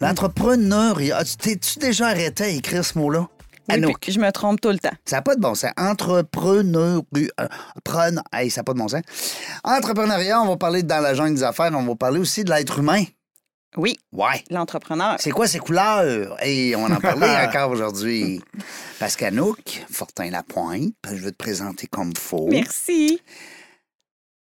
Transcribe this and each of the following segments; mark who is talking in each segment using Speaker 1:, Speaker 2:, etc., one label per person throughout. Speaker 1: L'entrepreneuriat. Tu T'es-tu déjà arrêté à écrire ce mot-là?
Speaker 2: Oui,
Speaker 1: Anouk.
Speaker 2: puis je me trompe tout le temps.
Speaker 1: Ça n'a pas de bon sens. Entrepreneur. euh, prene- hey, ça n'a pas de bon sens. Entrepreneuriat, on va parler dans la jungle des affaires, on va parler aussi de l'être humain.
Speaker 2: Oui,
Speaker 1: Ouais.
Speaker 2: l'entrepreneur.
Speaker 1: C'est quoi ces couleurs? Et on en parlait encore aujourd'hui. Parce qu'Anouk, Fortin-Lapointe, je vais te présenter comme faux.
Speaker 2: Merci.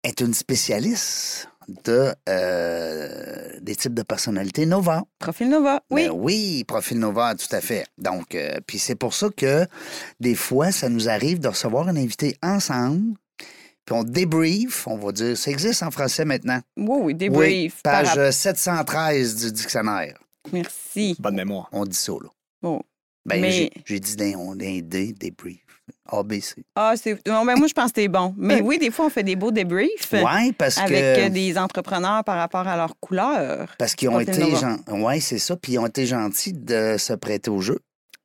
Speaker 1: est une spécialiste de, euh, des types de personnalités Nova.
Speaker 2: Profil Nova. Oui.
Speaker 1: Ben oui, profil Nova, tout à fait. Donc, euh, puis c'est pour ça que des fois, ça nous arrive de recevoir un invité ensemble, puis on débrief, on va dire, ça existe en français maintenant.
Speaker 2: oui, oui, débrief.
Speaker 1: Oui,
Speaker 2: par
Speaker 1: page
Speaker 2: rapport-
Speaker 1: euh, 713 du dictionnaire.
Speaker 2: Merci.
Speaker 3: Bonne mémoire.
Speaker 1: On dit ça, là.
Speaker 2: Bon.
Speaker 1: Ben,
Speaker 2: Mais-
Speaker 1: j'ai- j'ai dit, d'un- on d'un D, débrief. ABC.
Speaker 2: Ah, c'est. non, ben, moi, je pense que t'es bon. Mais oui, des fois, on fait des beaux débriefs
Speaker 1: Ouais, parce
Speaker 2: avec
Speaker 1: que.
Speaker 2: euh, des entrepreneurs par rapport à leur couleur.
Speaker 1: Parce qu'ils ont
Speaker 2: Profil
Speaker 1: été.
Speaker 2: Nova.
Speaker 1: gen- Ouais, c'est ça. Puis ils ont été gentils de se prêter au jeu.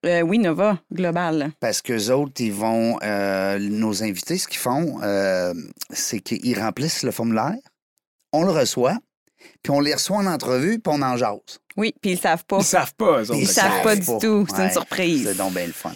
Speaker 2: Euh, oui, Nova, global.
Speaker 1: parce qu'eux autres, ils vont. euh, nos invités, ce qu'ils font, euh, c'est qu'ils remplissent le formulaire, on le reçoit, puis on les reçoit en entrevue, puis on en jase.
Speaker 2: Oui, puis ils savent pas.
Speaker 3: Ils savent pas, eux autres.
Speaker 1: Ils
Speaker 2: Ils
Speaker 3: le
Speaker 2: savent
Speaker 3: savent.
Speaker 2: pas du tout. C'est une
Speaker 1: Ouais,
Speaker 2: surprise.
Speaker 1: C'est donc bien le fun.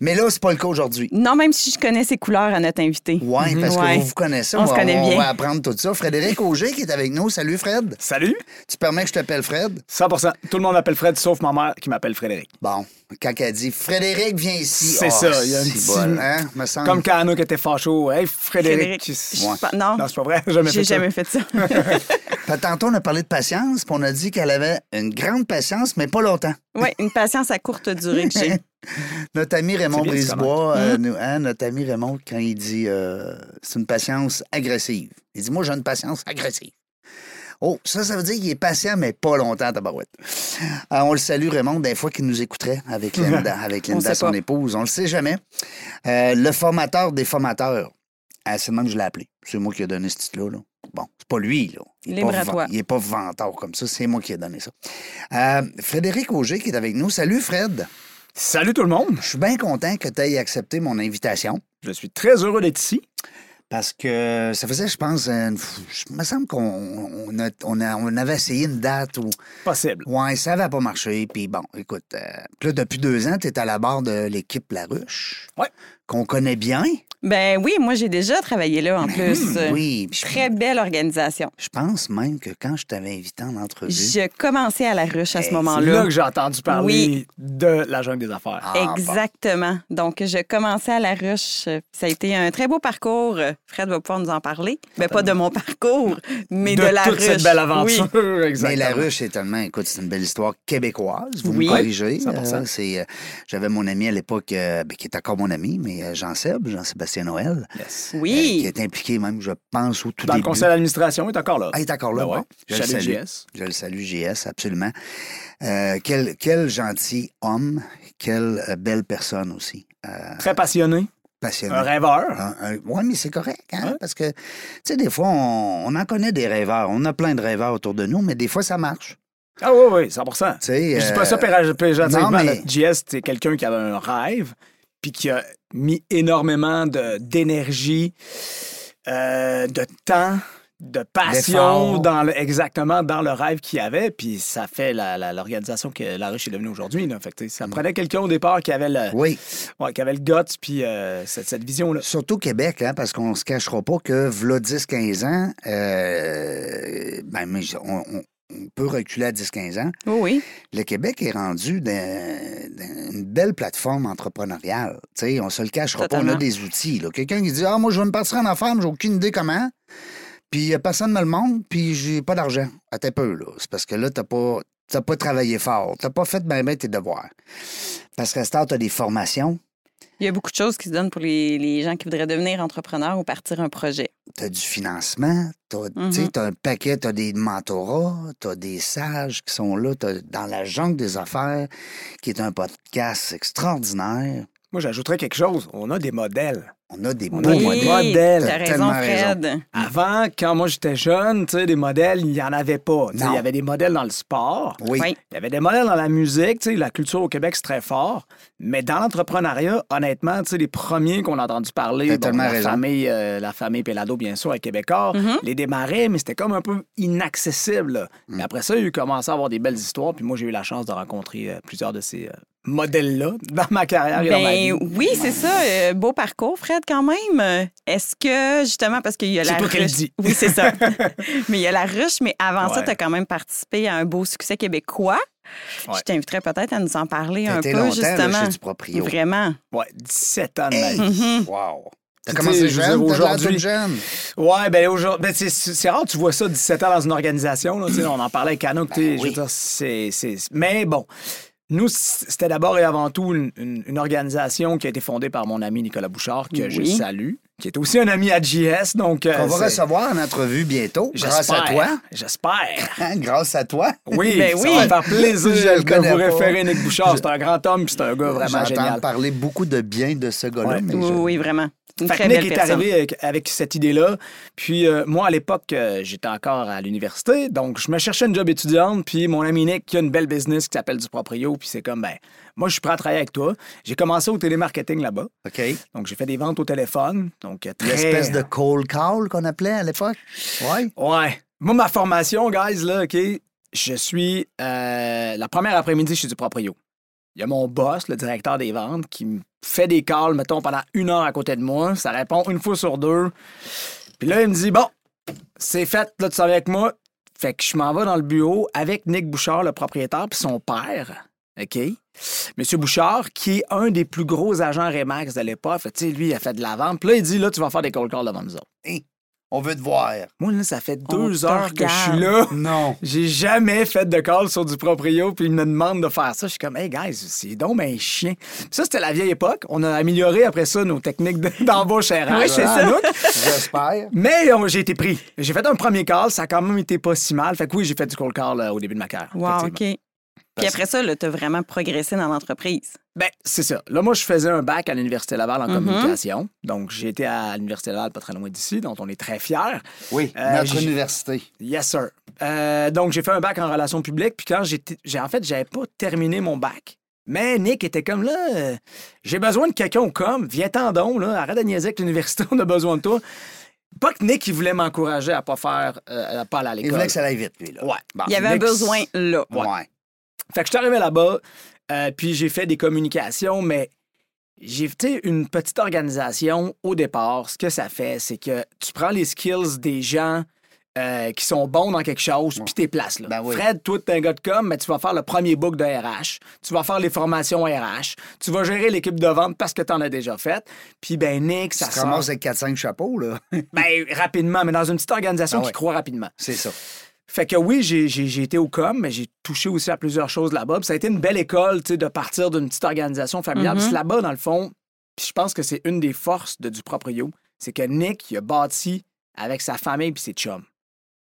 Speaker 1: Mais là, c'est pas le cas aujourd'hui.
Speaker 2: Non, même si je connais ses couleurs à notre invité.
Speaker 1: Oui, parce
Speaker 2: Mhm, Ouais.
Speaker 1: que vous vous connaissez,
Speaker 2: On
Speaker 1: on,
Speaker 2: se
Speaker 1: va-
Speaker 2: connaît
Speaker 1: on
Speaker 2: bien.
Speaker 1: va apprendre tout ça. Frédéric Auger qui est avec nous. Salut Fred.
Speaker 3: Salut!
Speaker 1: Tu permets que je t'appelle Fred?
Speaker 3: 100 Tout le monde m'appelle Fred, sauf ma mère qui m'appelle Frédéric.
Speaker 1: Bon, quand elle dit Frédéric, viens ici.
Speaker 3: C'est
Speaker 1: Ah,
Speaker 3: ça, il y a un
Speaker 1: si
Speaker 3: petit-
Speaker 1: bol, hein, me semble.
Speaker 3: Comme quand Anouk était facho. Hey,
Speaker 2: Frédéric.
Speaker 3: Frédéric.
Speaker 2: je
Speaker 3: Ouais.
Speaker 2: suis pas- Non,
Speaker 3: Non, c'est pas vrai. Jamais
Speaker 2: j'ai
Speaker 3: fait ça.
Speaker 2: jamais fait ça.
Speaker 1: Fait, Tantôt, on a parlé de patience, puis on a dit qu'elle avait une grande patience, mais pas longtemps.
Speaker 2: oui, une patience à courte durée que j'ai.
Speaker 1: Notre ami Raymond
Speaker 3: C'est bien, c'est
Speaker 1: Brisebois,
Speaker 2: Mm-hmm.
Speaker 1: euh, nous- hein, notre ami Raymond, quand il dit euh, c'est une patience agressive, il dit Moi, j'ai une patience agressive. Oh, ça, ça veut dire qu'il est patient, mais pas longtemps, tabarouette. Euh, on le salue, Raymond, des fois qu'il nous écouterait avec Linda, avec
Speaker 2: On
Speaker 1: Linda
Speaker 2: sait
Speaker 1: son
Speaker 2: pas.
Speaker 1: épouse. On le sait jamais. Euh, le formateur des formateurs. Ah, c'est le même que je l'ai appelé. C'est moi qui ai donné ce titre-là. là. Bon, c'est pas lui, là. Il est
Speaker 2: Libre
Speaker 1: pas
Speaker 2: à
Speaker 1: ven-
Speaker 2: toi.
Speaker 1: Il n'est pas vantard comme ça. C'est moi qui ai donné ça. Euh, Frédéric Auger qui est avec nous. Salut, Fred.
Speaker 3: Salut tout le monde.
Speaker 1: Je suis bien content que tu aies accepté mon invitation
Speaker 3: Je suis très heureux d'être ici.
Speaker 1: parce que ça faisait, je pense, une... je me semble qu'on on a- on a- on avait essayé une date où
Speaker 3: Possible.
Speaker 1: ouais, ça n'avait pas marché. Puis bon, écoute, euh, puis là, depuis deux ans, tu es à la barre de l'équipe La Ruche,
Speaker 3: Ouais.
Speaker 1: qu'on connaît bien.
Speaker 2: Ben oui, moi j'ai déjà travaillé là en plus.
Speaker 1: oui, puis je,
Speaker 2: Très belle organisation.
Speaker 1: je pense même que quand je t'avais invité en entrevue,
Speaker 2: Je commençais à la ruche à ce
Speaker 1: Hey,
Speaker 3: Eh, C'est
Speaker 2: moment-là.
Speaker 3: là que j'ai entendu parler
Speaker 2: Oui.
Speaker 3: de la jungle des affaires.
Speaker 1: Ah, bon.
Speaker 2: Exactement. Donc, je commençais à la ruche. Ça a été un très beau parcours. Fred va pouvoir nous en parler. Mais pas de mon parcours, mais de, la
Speaker 3: toute
Speaker 2: ruche.
Speaker 3: cette belle aventure.
Speaker 2: Oui.
Speaker 1: Mais
Speaker 3: Exactement.
Speaker 1: La Ruche, c'est tellement, écoute, c'est une belle histoire québécoise. Vous
Speaker 2: Oui.
Speaker 1: me corrigez.
Speaker 3: 100%.
Speaker 1: euh, c'est, euh, j'avais mon ami à l'époque, euh, ben, qui est encore mon ami, mais euh, Jean Seb, Jean-Sébastien Noël,
Speaker 3: Yes.
Speaker 1: euh, qui
Speaker 2: Oui.
Speaker 1: est impliqué même, je pense, au tout
Speaker 3: Dans le
Speaker 1: début.
Speaker 3: conseil d'administration, il est encore là.
Speaker 1: Ah, il est encore là.
Speaker 3: Ben ouais.
Speaker 1: bon. Je le
Speaker 3: Salut,
Speaker 1: salue.
Speaker 3: JS.
Speaker 1: Je le salue, JS, absolument. Euh, quel, quel gentil homme, quelle euh, belle personne aussi. Euh,
Speaker 3: Très passionné,
Speaker 1: passionné.
Speaker 3: un
Speaker 1: Ah.
Speaker 3: rêveur.
Speaker 1: oui, mais c'est correct, hein,
Speaker 3: Ouais.
Speaker 1: parce que, tu sais, des fois, on, on en connaît des rêveurs. On a plein de rêveurs autour de nous, mais des fois, ça marche.
Speaker 3: Ah oui, oui, 100
Speaker 1: Tu sais,
Speaker 3: Je dis
Speaker 1: euh,
Speaker 3: pas ça péra- péjorativement.
Speaker 1: non, mais-
Speaker 3: là. JS, c'est quelqu'un qui avait un rêve, puis qui a mis énormément de- d'énergie, euh, de temps, de passion
Speaker 1: D'effort.
Speaker 3: dans le- exactement dans le rêve qu'il avait, puis ça fait la- la- l'organisation que La Ruche est devenue aujourd'hui. là. Fait que, tu sais, Ça
Speaker 1: Mm.
Speaker 3: prenait quelqu'un au départ qui avait le,
Speaker 1: Oui.
Speaker 3: ouais, qui avait le guts, puis euh, cette, cette vision-là.
Speaker 1: Surtout Québec, hein, parce qu'on se cachera pas que v'là 10-15 ans, euh, ben, mais je- on, on- on peut reculer à 10-15 ans,
Speaker 2: Oui, oui.
Speaker 1: le Québec est rendu d'un- d'un- une belle plateforme entrepreneuriale. Tu sais, on se le cachera pas, on
Speaker 2: Totalement.
Speaker 1: a des outils. là. Quelqu'un qui dit « Ah, moi, je vais me partir en affaires, mais j'ai aucune idée comment. » Puis euh, personne ne me le montre, puis j'ai pas d'argent. Attends un peu, là. C'est parce que là, t'as pas... T'as pas travaillé fort, t'as pas fait bien ben tes devoirs. Parce qu'à ce temps, t'as des formations,
Speaker 2: Il y a beaucoup de choses qui se donnent pour les, les gens qui voudraient devenir entrepreneurs ou partir un projet.
Speaker 1: T'as du financement, t'as
Speaker 2: Mhm.
Speaker 1: tu sais, t'as un paquet, t'as des mentorats, t'as des sages qui sont là, t'as dans la jungle des affaires, qui est un podcast extraordinaire.
Speaker 3: Moi, j'ajouterais quelque chose. On a des modèles.
Speaker 1: On a des
Speaker 3: On a
Speaker 1: beaux
Speaker 3: des
Speaker 1: modèles.
Speaker 3: modèles.
Speaker 2: T'as raison,
Speaker 1: Tellement
Speaker 2: Fred.
Speaker 1: Mm.
Speaker 3: Avant, quand moi j'étais jeune, tu sais, des modèles, il n'y en avait pas. Tu sais,
Speaker 1: Non.
Speaker 3: Il y avait des modèles dans le sport.
Speaker 1: Oui.
Speaker 2: Oui.
Speaker 3: Il y avait des modèles dans la musique, tu sais, la culture au Québec, c'est très fort. Mais dans l'entrepreneuriat, honnêtement, tu sais, les premiers qu'on a entendu
Speaker 1: T'as
Speaker 3: parler,
Speaker 1: tellement
Speaker 3: la,
Speaker 1: raison.
Speaker 3: famille, euh, la famille Pelado, bien sûr, à Québécois, les démarrait, mais c'était comme un peu inaccessible. là.
Speaker 1: Mm.
Speaker 3: Mais après ça, ils commençaient à avoir des belles histoires. Puis moi, j'ai eu la chance de rencontrer euh, plusieurs de ces euh, modèles-là dans ma carrière et dans ma vie.
Speaker 2: Ben oui, c'est ça. euh, beau parcours, Fred, quand même. Euh, Est-ce que, justement, parce qu'il y a
Speaker 3: C'est
Speaker 2: la
Speaker 3: toi
Speaker 2: ruche...
Speaker 3: qui le dis.
Speaker 2: Oui, c'est ça. mais il y a la ruche, mais avant ça,
Speaker 3: Ouais.
Speaker 2: tu as quand même participé à un beau succès québécois.
Speaker 3: Ouais.
Speaker 2: Je t'inviterais peut-être à nous en parler
Speaker 1: T'as
Speaker 2: un
Speaker 1: été
Speaker 2: peu,
Speaker 1: longtemps là,
Speaker 2: justement.
Speaker 1: chez du proprio.
Speaker 2: Vraiment.
Speaker 3: Ouais, 17 ans de ma
Speaker 1: Hey!
Speaker 3: vie.
Speaker 1: Wow. T'as
Speaker 3: Mhm. Tu
Speaker 1: commencé
Speaker 3: sais, je veux
Speaker 1: jeune,
Speaker 3: dire,
Speaker 1: t'as l'air toute
Speaker 3: aujourd'hui-
Speaker 1: jeune.
Speaker 3: Ouais, ben aujourd'hui, ben, c'est- c'est c'est rare que tu vois ça 17 ans dans une organisation. Là, tu sais, on en parlait avec Anouk. tu sais,
Speaker 1: Ben
Speaker 3: je
Speaker 1: oui.
Speaker 3: veux dire, c'est- c'est- Mais bon, nous, c'était d'abord et avant tout une, une- une organisation qui a été fondée par mon ami Nicolas Bouchard, que je
Speaker 2: Oui.
Speaker 3: salue, qui est aussi un ami à JS. Donc, euh,
Speaker 1: On va
Speaker 3: c'est-
Speaker 1: recevoir en entrevue bientôt, grâce à
Speaker 3: j'espère,
Speaker 1: toi.
Speaker 3: J'espère.
Speaker 1: Hein, grâce à toi.
Speaker 3: Oui,
Speaker 2: Ben
Speaker 3: ça
Speaker 2: oui.
Speaker 3: va me faire plaisir
Speaker 1: Je le
Speaker 3: de
Speaker 1: connais
Speaker 3: vous
Speaker 1: pas.
Speaker 3: référer Nick Bouchard. C'est un grand homme puis c'est un gars vraiment
Speaker 1: J'entends
Speaker 3: génial.
Speaker 1: parler beaucoup de bien de ce gars-là.
Speaker 3: Ouais.
Speaker 1: mais
Speaker 2: Oui,
Speaker 1: je-
Speaker 2: oui, vraiment. Une
Speaker 3: Fait que
Speaker 2: très
Speaker 3: Nick
Speaker 2: belle
Speaker 3: est
Speaker 2: personne.
Speaker 3: arrivé avec, avec cette idée-là. Puis euh, moi, à l'époque, euh, j'étais encore à l'université, donc je me cherchais une job étudiante. Puis mon ami Nick, qui a une belle business qui s'appelle Du Proprio, puis c'est comme, ben, moi, je suis prêt à travailler avec toi. J'ai commencé au télémarketing là-bas.
Speaker 1: OK.
Speaker 3: Donc, j'ai fait des ventes au téléphone. Donc, euh, très...
Speaker 1: L'espèce de cold call qu'on appelait à l'époque. Oui.
Speaker 3: Ouais. Moi, ma formation, guys, là, OK, je suis euh, la première après-midi chez du proprio. Il y a mon boss, le directeur des ventes, qui me fait des calls, mettons, pendant une heure à côté de moi. Ça répond une fois sur deux. Puis là, il me dit, bon, c'est fait, là, tu sors avec moi. Fait que je m'en vais dans le bureau avec Nick Bouchard, le propriétaire, puis son père. OK? Monsieur Bouchard, qui est un des plus gros agents Remax de l'époque. Fait que, Tu sais, lui, il a fait de la vente. Puis là, il dit, là, tu vas faire des cold calls devant nous autres.
Speaker 1: On veut te voir.
Speaker 3: Moi, là, ça fait
Speaker 2: On
Speaker 3: deux
Speaker 2: te
Speaker 3: heures que je suis
Speaker 2: regarde.
Speaker 3: là.
Speaker 1: Non.
Speaker 3: J'ai jamais fait de call sur du proprio, puis il me demande de faire ça. Je suis comme, hey guys, c'est donc un chien. Puis ça, c'était la vieille époque. On a amélioré après ça nos techniques de- d'embauche RH.
Speaker 2: Oui, c'est
Speaker 3: hein,
Speaker 2: ça.
Speaker 3: Anouk?
Speaker 1: J'espère.
Speaker 3: Mais on- j'ai été pris. J'ai fait un premier call, ça a quand même été pas si mal. Fait que oui, j'ai fait du cold call euh, au début de ma carrière.
Speaker 2: Wow, OK.
Speaker 3: effectivement.
Speaker 2: Puis après ça, tu as vraiment progressé dans l'entreprise.
Speaker 3: Ben, c'est ça. Là, moi, je faisais un bac à l'Université Laval en
Speaker 2: Mm-hmm.
Speaker 3: communication. Donc, j'ai été à l'Université Laval pas très loin d'ici, dont on est très fiers.
Speaker 1: Oui.
Speaker 3: Euh,
Speaker 1: notre
Speaker 3: j'ai-
Speaker 1: université.
Speaker 3: Yes, sir. Euh, donc, j'ai fait un bac en relations publiques. Puis quand j'étais. j'ai- En fait, j'avais pas terminé mon bac. Mais Nick était comme là, euh, j'ai besoin de quelqu'un comme, viens-t'en donc, là, arrête de niaiser avec l'université, on a besoin de toi. Pas que Nick, il voulait m'encourager à pas faire, euh, à pas aller à
Speaker 1: Il
Speaker 3: l'école.
Speaker 1: voulait que ça aille vite, lui. Là.
Speaker 3: Ouais.
Speaker 1: Bon.
Speaker 2: Il y avait un
Speaker 3: Ah, Nick-
Speaker 2: besoin là.
Speaker 1: Ouais.
Speaker 3: Fait que je suis arrivé là-bas, euh, puis j'ai fait des communications, mais j'ai fait une petite organisation au départ. Ce que ça fait, c'est que tu prends les skills des gens euh, qui sont bons dans quelque chose, puis t'es places là.
Speaker 1: Ben oui.
Speaker 3: Fred, toi, t'es un gars de com, mais tu vas faire le premier book de RH, tu vas faire les formations RH, tu vas gérer l'équipe de vente parce que t'en as déjà fait. Puis ben Nick,
Speaker 1: Ça
Speaker 3: ça
Speaker 1: tu te
Speaker 3: sort
Speaker 1: ramasses avec 4-5 chapeaux, là.
Speaker 3: ben, rapidement, mais dans une petite organisation
Speaker 1: Ah
Speaker 3: qui
Speaker 1: ouais.
Speaker 3: croit rapidement.
Speaker 1: C'est ça.
Speaker 3: Fait que oui, j'ai- j'ai j'ai été au com, mais j'ai touché aussi à plusieurs choses là-bas. Puis Ça a été une belle école, tu sais, de partir d'une petite organisation familiale. Puis là-bas, dans le fond, puis je pense que c'est une des forces de du proprio, c'est que Nick, il a bâti avec sa famille puis ses chums.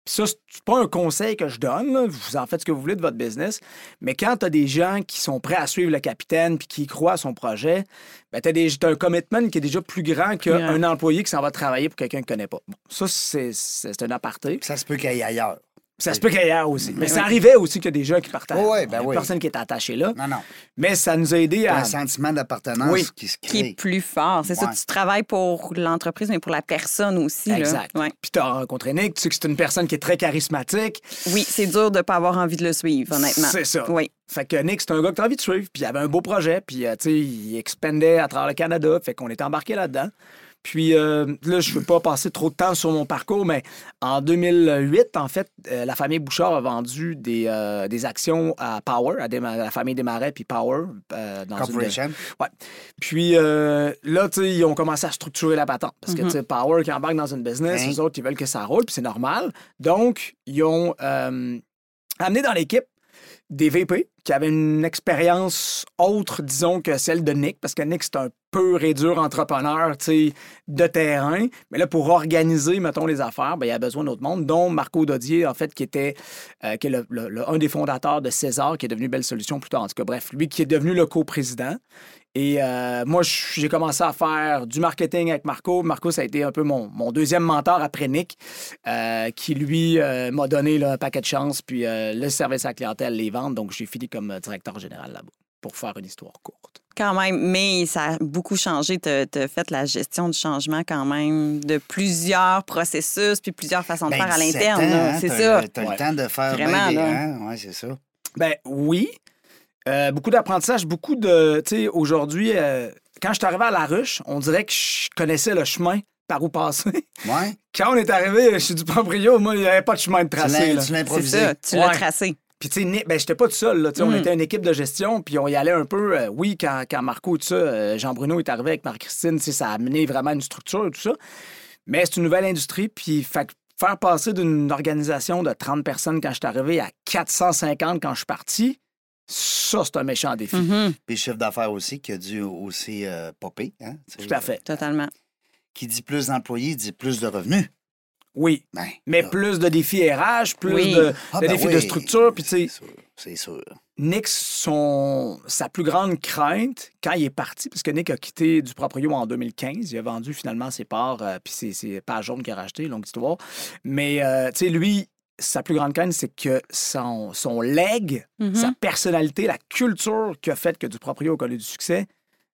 Speaker 3: Puis ça, c'est pas un conseil que je donne, là. vous en faites ce que vous voulez de votre business, mais quand t'as des gens qui sont prêts à suivre le capitaine puis qui y croient à son projet, ben t'as des- t'as un commitment qui est déjà plus grand
Speaker 2: grand.
Speaker 3: qu'un employé qui s'en va travailler pour quelqu'un qu'il connaît pas. Bon, ça, c'est- c'est c'est un aparté.
Speaker 1: Ça se peut qu'il aille ailleurs.
Speaker 3: Ça se peut qu'ailleurs aussi. Mais ça arrivait aussi qu'il y a des gens qui partaient.
Speaker 1: Oh Mm-hmm. Ben ouais,
Speaker 3: Il y a
Speaker 1: ben oui.
Speaker 3: Personne qui est attaché là.
Speaker 1: Non, non.
Speaker 3: Mais ça nous a aidé
Speaker 1: T'as
Speaker 3: à.
Speaker 1: Un sentiment d'appartenance
Speaker 3: Oui.
Speaker 1: qui se
Speaker 2: Qui est
Speaker 1: crée.
Speaker 2: plus fort. C'est ça,
Speaker 1: Ouais.
Speaker 2: tu travailles pour l'entreprise, mais pour la personne aussi. là.
Speaker 3: Exact.
Speaker 2: Ouais.
Speaker 3: Puis t'as rencontré Nick, tu sais que c'est une personne qui est très charismatique.
Speaker 2: Oui, c'est dur de ne pas avoir envie de le suivre, honnêtement.
Speaker 3: C'est ça.
Speaker 2: Oui.
Speaker 3: Fait que Nick, c'est un gars que t'as envie de suivre. Puis il avait un beau projet. Puis, euh, tu sais, il expandait à travers le Canada. Fait qu'on était embarqué là-dedans. Puis euh, là, je ne veux pas passer trop de temps sur mon parcours, mais en 2008, en fait, euh, la famille Bouchard a vendu des, euh, des actions à Power, à, Desma- à la famille Desmarais, puis Power. euh, dans une de-
Speaker 1: Corporation.
Speaker 3: Ouais. Puis euh, là, tu sais, ils ont commencé à structurer la patente. Parce que, tu sais, Power qui embarque dans une business,
Speaker 1: Hein?
Speaker 3: les autres, ils veulent que ça roule, puis c'est normal. Donc, ils ont euh, amené dans l'équipe des VP qui avaient une expérience autre, disons, que celle de Nick, parce que Nick, c'est un pur et dur entrepreneur tu sais, de terrain. Mais là, pour organiser, mettons, les affaires, ben, il y a besoin d'autres monde, dont Marco Dodier, en fait, qui était euh, qui est le- le- le- un des fondateurs de César, qui est devenu Belle Solution plus tard. En tout cas, bref, lui qui est devenu le co-président. Et euh, moi, je- j'ai commencé à faire du marketing avec Marco. Marco, ça a été un peu mon, mon deuxième mentor après Nick, euh, qui lui euh, m'a donné là, un paquet de chances, puis euh, le service à la clientèle, les ventes. Donc, j'ai fini comme euh, directeur général là-bas, pour faire une histoire courte.
Speaker 2: Quand même, mais ça a beaucoup changé. Tu as, fait la gestion du changement quand même de plusieurs processus puis plusieurs façons de
Speaker 1: Ben,
Speaker 2: faire à
Speaker 1: 17
Speaker 2: l'interne.
Speaker 1: ans,
Speaker 2: là.
Speaker 1: hein,
Speaker 2: c'est
Speaker 1: t'as-
Speaker 2: ça.
Speaker 1: T'as
Speaker 3: Ouais.
Speaker 1: le temps de faire bien
Speaker 2: Vraiment,
Speaker 1: des-
Speaker 2: là.
Speaker 1: hein, ouais, c'est ça.
Speaker 3: Ben oui. Euh, beaucoup d'apprentissage, beaucoup de. Tu sais, aujourd'hui, euh, quand je suis arrivé à La Ruche, on dirait que je connaissais le chemin par où passer.
Speaker 1: Ouais.
Speaker 3: Quand on est arrivé, je suis du Pamprio, moi, il n'y avait pas de chemin de
Speaker 1: Tu
Speaker 3: tracé.
Speaker 1: l'as-
Speaker 3: là.
Speaker 1: tu
Speaker 2: C'est
Speaker 1: l'improvisais.
Speaker 2: ça. Tu l'as
Speaker 3: Ouais.
Speaker 2: tracé.
Speaker 3: Puis, tu sais, Nick- ben, j'étais pas tout seul. Là, tu sais, On
Speaker 2: Mm.
Speaker 3: était une équipe de gestion, puis on y allait un peu. euh, oui, quand, quand Marco, tout ça, euh, Jean-Bruno est arrivé avec Marie-Christine, tu sais, ça a amené vraiment une structure, tout ça. Mais c'est une nouvelle industrie, puis fait que faire passer d'une organisation de 30 personnes quand je suis arrivé à 450 quand je suis parti, ça, c'est un méchant défi.
Speaker 2: Mhm,
Speaker 1: Puis le chef d'affaires aussi qui a dû aussi euh, popper. Hein, tu sais.
Speaker 3: Tout à fait.
Speaker 2: Totalement.
Speaker 1: Qui dit plus d'employés, dit plus de revenus.
Speaker 3: Oui.
Speaker 1: Ben,
Speaker 3: Mais
Speaker 1: là.
Speaker 3: plus de défis RH, plus
Speaker 2: Oui.
Speaker 3: de,
Speaker 1: Ah,
Speaker 3: de
Speaker 1: ben
Speaker 3: défis
Speaker 1: oui,
Speaker 3: de structure, puis tu sais,
Speaker 1: C'est sûr, c'est sûr.
Speaker 3: Nick, son, sa plus grande crainte quand il est parti, parce que Nick a quitté du proprio en 2015, il a vendu finalement ses parts, euh, puis c'est, c'est Page Jaune qui a racheté, longue histoire. Mais, euh, tu sais, lui, sa plus grande crainte, c'est que son, son leg,
Speaker 2: Mhm.
Speaker 3: sa personnalité, la culture qui a fait que du proprio a connu du succès,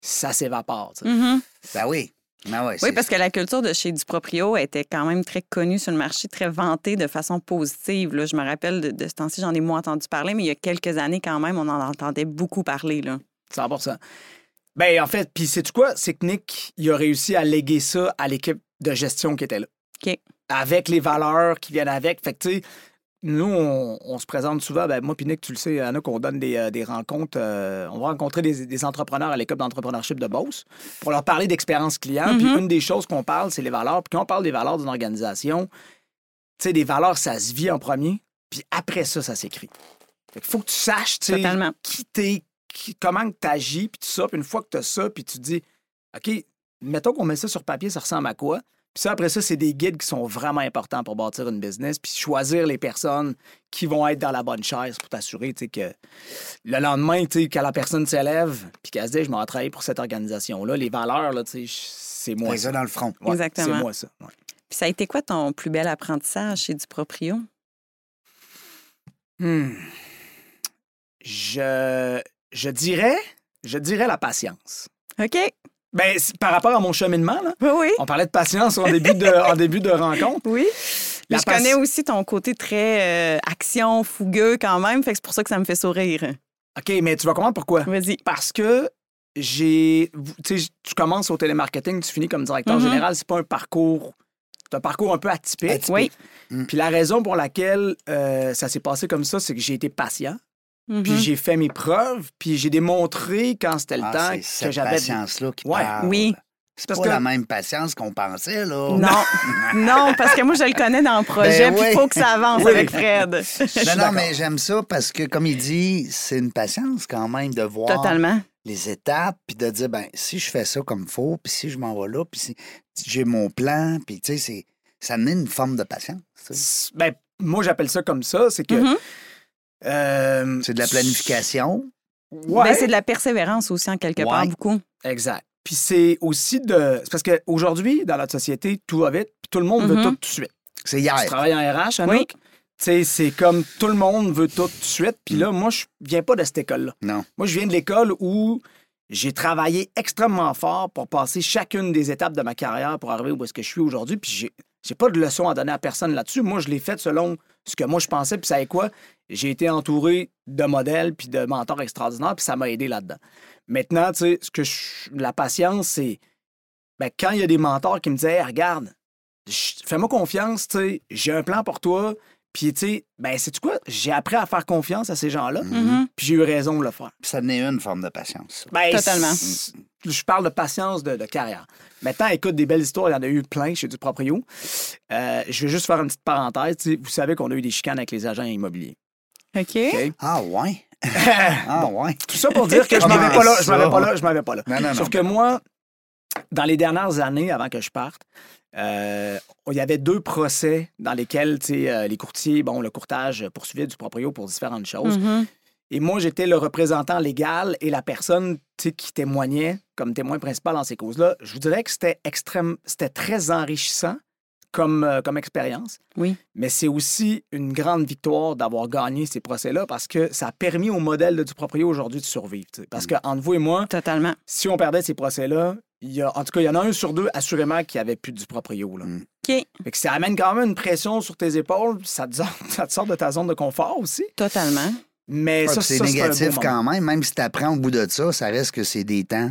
Speaker 3: ça s'évapore. tu sais.
Speaker 2: Mhm.
Speaker 1: Ben oui. Ben ouais,
Speaker 2: Oui,
Speaker 1: c'est-
Speaker 2: parce que la culture de chez Duproprio était quand même très connue sur le marché, très vantée de façon positive. Là, je me rappelle de, de ce temps-ci, j'en ai moins entendu parler, mais il y a quelques années quand même, on en entendait beaucoup parler. Là.
Speaker 3: 100 Ben, en fait, puis c'est quoi? C'est que Nick, il a réussi à léguer ça à l'équipe de gestion qui était là.
Speaker 2: OK.
Speaker 3: Avec les valeurs qui viennent avec. Fait que, tu sais, nous, on, on se présente souvent, ben, moi puis Nick, tu le sais, Anna, qu'on donne des, euh, des rencontres. euh, on va rencontrer des, des entrepreneurs à l'école d'entrepreneurship de Beauce pour leur parler d'expérience client. Puis
Speaker 2: Mhm.
Speaker 3: une des choses qu'on parle, c'est les valeurs. Puis quand on parle des valeurs d'une organisation, tu sais, des valeurs, ça se vit en premier, puis après ça, ça s'écrit. Fait que faut que tu saches, tu sais,
Speaker 2: Totalement.
Speaker 3: qui t'es, qui- comment que t'agis, puis tout ça. Puis une fois que t'as ça, puis tu te dis, OK, mettons qu'on met ça sur papier, ça ressemble à quoi? Puis ça, après ça, c'est des guides qui sont vraiment importants pour bâtir une business, puis choisir les personnes qui vont être dans la bonne chaise pour t'assurer, tu sais, que le lendemain, tu sais, quand la personne s'élève, puis qu'elle se dit, je m'en travaille pour cette organisation-là, les valeurs, là, tu sais, je- c'est moi
Speaker 1: T'as
Speaker 3: ça.
Speaker 1: ça dans le front.
Speaker 3: Ouais,
Speaker 2: Exactement.
Speaker 3: C'est moi ça. ouais.
Speaker 2: Puis ça a été quoi ton plus bel apprentissage chez Duproprio?
Speaker 3: Hmm. Je, je dirais, je dirais la patience.
Speaker 2: OK.
Speaker 3: Ben, c'est- par rapport à mon cheminement, là,
Speaker 2: Oui, oui.
Speaker 3: on parlait de patience en début de, en début de rencontre.
Speaker 2: Oui. Mais
Speaker 3: La
Speaker 2: je connais
Speaker 3: passe-
Speaker 2: aussi ton côté très euh, action, fougueux quand même. Fait que c'est pour ça que ça me fait sourire.
Speaker 3: OK, mais tu vas comprendre pourquoi.
Speaker 2: Vas-y.
Speaker 3: Parce que j'ai. Tu sais, tu commences au télémarketing, tu finis comme directeur
Speaker 2: Mhm.
Speaker 3: général, c'est pas un parcours. C'est un parcours un peu atypique.
Speaker 1: Atypique.
Speaker 2: Oui.
Speaker 1: Mm.
Speaker 3: Puis la raison pour laquelle euh, ça s'est passé comme ça, c'est que j'ai été patient, puis
Speaker 2: Mhm.
Speaker 3: j'ai fait mes preuves, puis j'ai démontré quand c'était le
Speaker 1: Ah,
Speaker 3: temps
Speaker 1: c'est
Speaker 3: que
Speaker 1: cette
Speaker 3: j'avais. de-
Speaker 1: patience-là qui
Speaker 3: Ouais.
Speaker 1: parle.
Speaker 2: Oui.
Speaker 1: C'est
Speaker 3: Parce
Speaker 1: pas
Speaker 3: que-
Speaker 1: la même patience qu'on pensait, là.
Speaker 2: Non. non, parce que moi, je le connais dans le projet,
Speaker 1: oh. Ben
Speaker 2: puis il
Speaker 1: oui.
Speaker 2: faut que ça avance
Speaker 3: Oui.
Speaker 2: avec Fred.
Speaker 1: Non, non,
Speaker 3: d'accord.
Speaker 1: mais j'aime ça parce que, comme il dit, c'est une patience quand même de voir
Speaker 2: Totalement.
Speaker 1: les étapes, puis de dire, ben si je fais ça comme faut, puis si je m'en vais là, puis si j'ai mon plan, puis tu sais, c'est- ça amène une forme de patience. tu sais.
Speaker 3: Ben, moi, j'appelle ça comme ça. C'est que.
Speaker 2: Mhm.
Speaker 3: euh,
Speaker 1: C'est de la planification.
Speaker 3: Ouais.
Speaker 2: Ben, c'est de la persévérance aussi, en quelque part,
Speaker 1: Ouais.
Speaker 2: beaucoup.
Speaker 3: Exact. Puis c'est aussi de. C'est parce qu'aujourd'hui, dans notre société, tout va vite, puis tout le monde veut
Speaker 2: Mhm.
Speaker 3: tout de suite.
Speaker 1: C'est
Speaker 3: Tu
Speaker 1: hier.
Speaker 3: travailles en RH, Anouk?
Speaker 2: Oui.
Speaker 3: Tu sais, c'est comme tout le monde veut tout de suite. Puis là, moi, je viens pas de cette école-là.
Speaker 1: Non.
Speaker 3: Moi, je viens de l'école où j'ai travaillé extrêmement fort pour passer chacune des étapes de ma carrière pour arriver où est-ce que je suis aujourd'hui. Puis j'ai, j'ai pas de leçon à donner à personne là-dessus. Moi, je l'ai fait selon ce que moi je pensais. Puis ça est quoi? J'ai été entouré de modèles puis de mentors extraordinaires. Puis ça m'a aidé là-dedans. Maintenant, tu sais, ce que je- la patience, c'est ben, quand il y a des mentors qui me disaient Hey, regarde, je- fais-moi confiance, tu sais, j'ai un plan pour toi. Puis, tu sais, ben, c'est quoi? J'ai appris à faire confiance à ces gens-là.
Speaker 2: Mhm.
Speaker 3: Puis j'ai eu raison de le faire.
Speaker 1: Ça venait une forme de patience. ça.
Speaker 3: Ben,
Speaker 2: Totalement.
Speaker 3: c- Je parle de patience de, de carrière. Maintenant, écoute, des belles histoires, il y en a eu plein chez du proprio. Euh, je vais juste faire une petite parenthèse. tu sais, Vous savez qu'on a eu des chicanes avec les agents immobiliers.
Speaker 2: OK.
Speaker 3: OK?
Speaker 1: Ah, ouais. Ah, ouais.
Speaker 3: Tout ça pour dire que je m'en vais pas là, je m'en vais pas là, je m'en vais pas là.
Speaker 1: Ah, Non, non, non.
Speaker 3: Sauf que moi, dans les dernières années, avant que je parte, euh, il y avait deux procès dans lesquels tu sais, euh, les courtiers, bon, le courtage poursuivait du proprio pour différentes choses.
Speaker 2: Mhm.
Speaker 3: Et moi, j'étais le représentant légal et la personne tu sais, qui témoignait comme témoin principal dans ces causes-là. Je vous dirais que c'était extrême, c'était très enrichissant comme, euh, comme expérience.
Speaker 2: Oui.
Speaker 3: Mais c'est aussi une grande victoire d'avoir gagné ces procès-là parce que ça a permis au modèle de Duproprio aujourd'hui de survivre. tu sais.
Speaker 1: Mm.
Speaker 3: Parce que entre vous et moi,
Speaker 2: Totalement.
Speaker 3: si on perdait ces procès-là, il y a, en tout cas, il y en a un sur deux, assurément, qui avait plus de Duproprio. Là.
Speaker 1: Mm.
Speaker 2: OK.
Speaker 3: Fait que ça amène quand même une pression sur tes épaules. Ça te, sort- ça te sort de ta zone de confort aussi.
Speaker 2: Totalement. Ben
Speaker 3: Mais
Speaker 1: Ouais,
Speaker 3: ça,
Speaker 1: Ah, puis c'est
Speaker 3: ça, un beau
Speaker 1: négatif
Speaker 3: moment.
Speaker 1: quand même, même si tu apprends au bout de ça, ça reste que c'est des temps,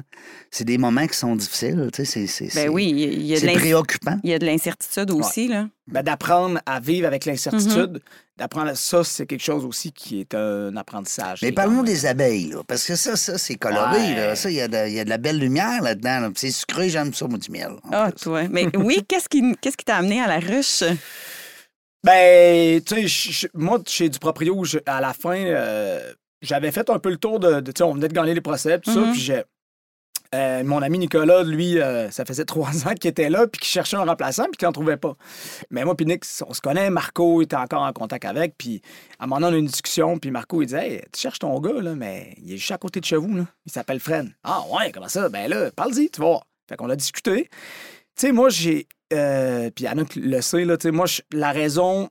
Speaker 1: c'est des moments qui sont difficiles, tu sais, c'est- c'est c'est-
Speaker 2: Ben oui, il y a- il y a de
Speaker 1: c'est
Speaker 2: l'inc-
Speaker 1: préoccupant.
Speaker 2: il y a de l'incertitude aussi, là.
Speaker 3: Ben, d'apprendre à vivre avec l'incertitude, d'apprendre à- ça, c'est quelque chose aussi qui est un apprentissage.
Speaker 1: Mais
Speaker 3: Et
Speaker 1: parlons
Speaker 3: quand même.
Speaker 1: des abeilles, là, parce que ça, ça c'est coloré,
Speaker 3: ben, Ouais.
Speaker 1: là. ça, il y, a de- il y a de la belle lumière là-dedans, là, puis c'est sucré, j'aime ça, moi, du miel. hein, en
Speaker 2: Ah,
Speaker 1: plus.
Speaker 2: toi. Mais oui, qu'est-ce qui qu'est-ce qui t'a amené à la ruche?
Speaker 3: Ben, tu sais, je- je- moi, chez du proprio, je- à la fin, euh, j'avais fait un peu le tour de. de- tu sais, on venait de gagner les procès, tout
Speaker 2: Mhm.
Speaker 3: ça, puis j'ai. euh, mon ami Nicolas, lui, euh, ça faisait trois ans qu'il était là, puis qu'il cherchait un remplaçant, puis qu'il n'en trouvait pas. Mais moi, puis Nick, on se connaît. Marco était encore en contact avec, puis à un moment donné, on a eu une discussion, puis Marco, il disait Hey, tu cherches ton gars, là, mais il est juste à côté de chez vous, là. Il s'appelle Fred. Ah, ouais, comment ça Ben là, parle-y, tu vas voir. Fait qu'on a discuté. Tu sais, moi, j'ai. euh, puis Anouk le sait, là, tu sais, moi, je- la raison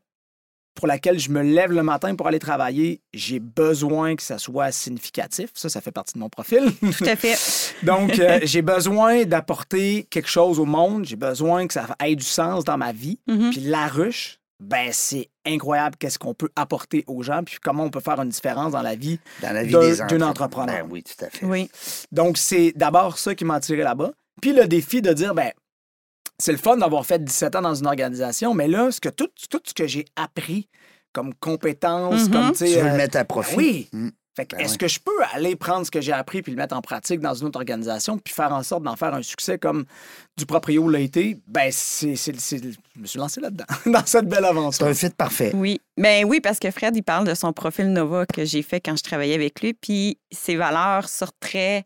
Speaker 3: pour laquelle je me lève le matin pour aller travailler, j'ai besoin que ça soit significatif. Ça, ça fait partie de mon profil.
Speaker 2: Tout à fait.
Speaker 3: Donc, euh, j'ai besoin d'apporter quelque chose au monde. J'ai besoin que ça ait du sens dans ma vie.
Speaker 2: Mhm.
Speaker 3: Puis la ruche, ben c'est incroyable qu'est-ce qu'on peut apporter aux gens, puis comment on peut faire une différence dans la vie.
Speaker 1: Dans la vie
Speaker 3: d'un-
Speaker 1: des
Speaker 3: d'un
Speaker 1: entrepreneurs.
Speaker 3: entrepreneur.
Speaker 1: Ben oui, tout à fait.
Speaker 2: Oui.
Speaker 3: Donc, c'est d'abord ça qui m'a attiré là-bas. Puis le défi de dire, ben c'est le fun d'avoir fait 17 ans dans une organisation, mais là, ce que tout, tout ce que j'ai appris comme compétences,
Speaker 2: Mhm.
Speaker 3: comme, tu
Speaker 1: Tu
Speaker 3: sais,
Speaker 1: veux
Speaker 3: euh,
Speaker 1: le mettre à profit.
Speaker 3: oui.
Speaker 1: Mm.
Speaker 3: Fait que
Speaker 1: Ben
Speaker 3: est-ce
Speaker 1: oui.
Speaker 3: que je peux aller prendre ce que j'ai appris puis le mettre en pratique dans une autre organisation puis faire en sorte d'en faire un succès comme du proprio l'a été? Ben, c'est, c'est- c'est- je me suis lancé là-dedans, dans cette belle
Speaker 1: C'est
Speaker 3: aventure.
Speaker 1: un fit parfait.
Speaker 2: Oui. Ben oui, parce que Fred, il parle de son profil Nova que j'ai fait quand je travaillais avec lui. Puis ses valeurs sont très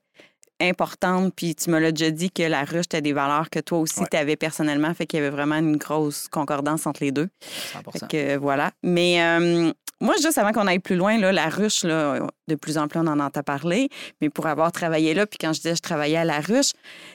Speaker 2: importantes. Puis tu me l'as déjà dit que la ruche, t'as des valeurs que toi aussi,
Speaker 3: Ouais.
Speaker 2: tu avais personnellement. Fait qu'il y avait vraiment une grosse concordance entre les deux.
Speaker 3: 100%.
Speaker 2: Fait que euh, voilà. Mais euh, moi, juste avant qu'on aille plus loin, là, la ruche, là, de plus en plus, on en entend parler. Mais pour avoir travaillé là, puis quand je disais je travaillais à la ruche,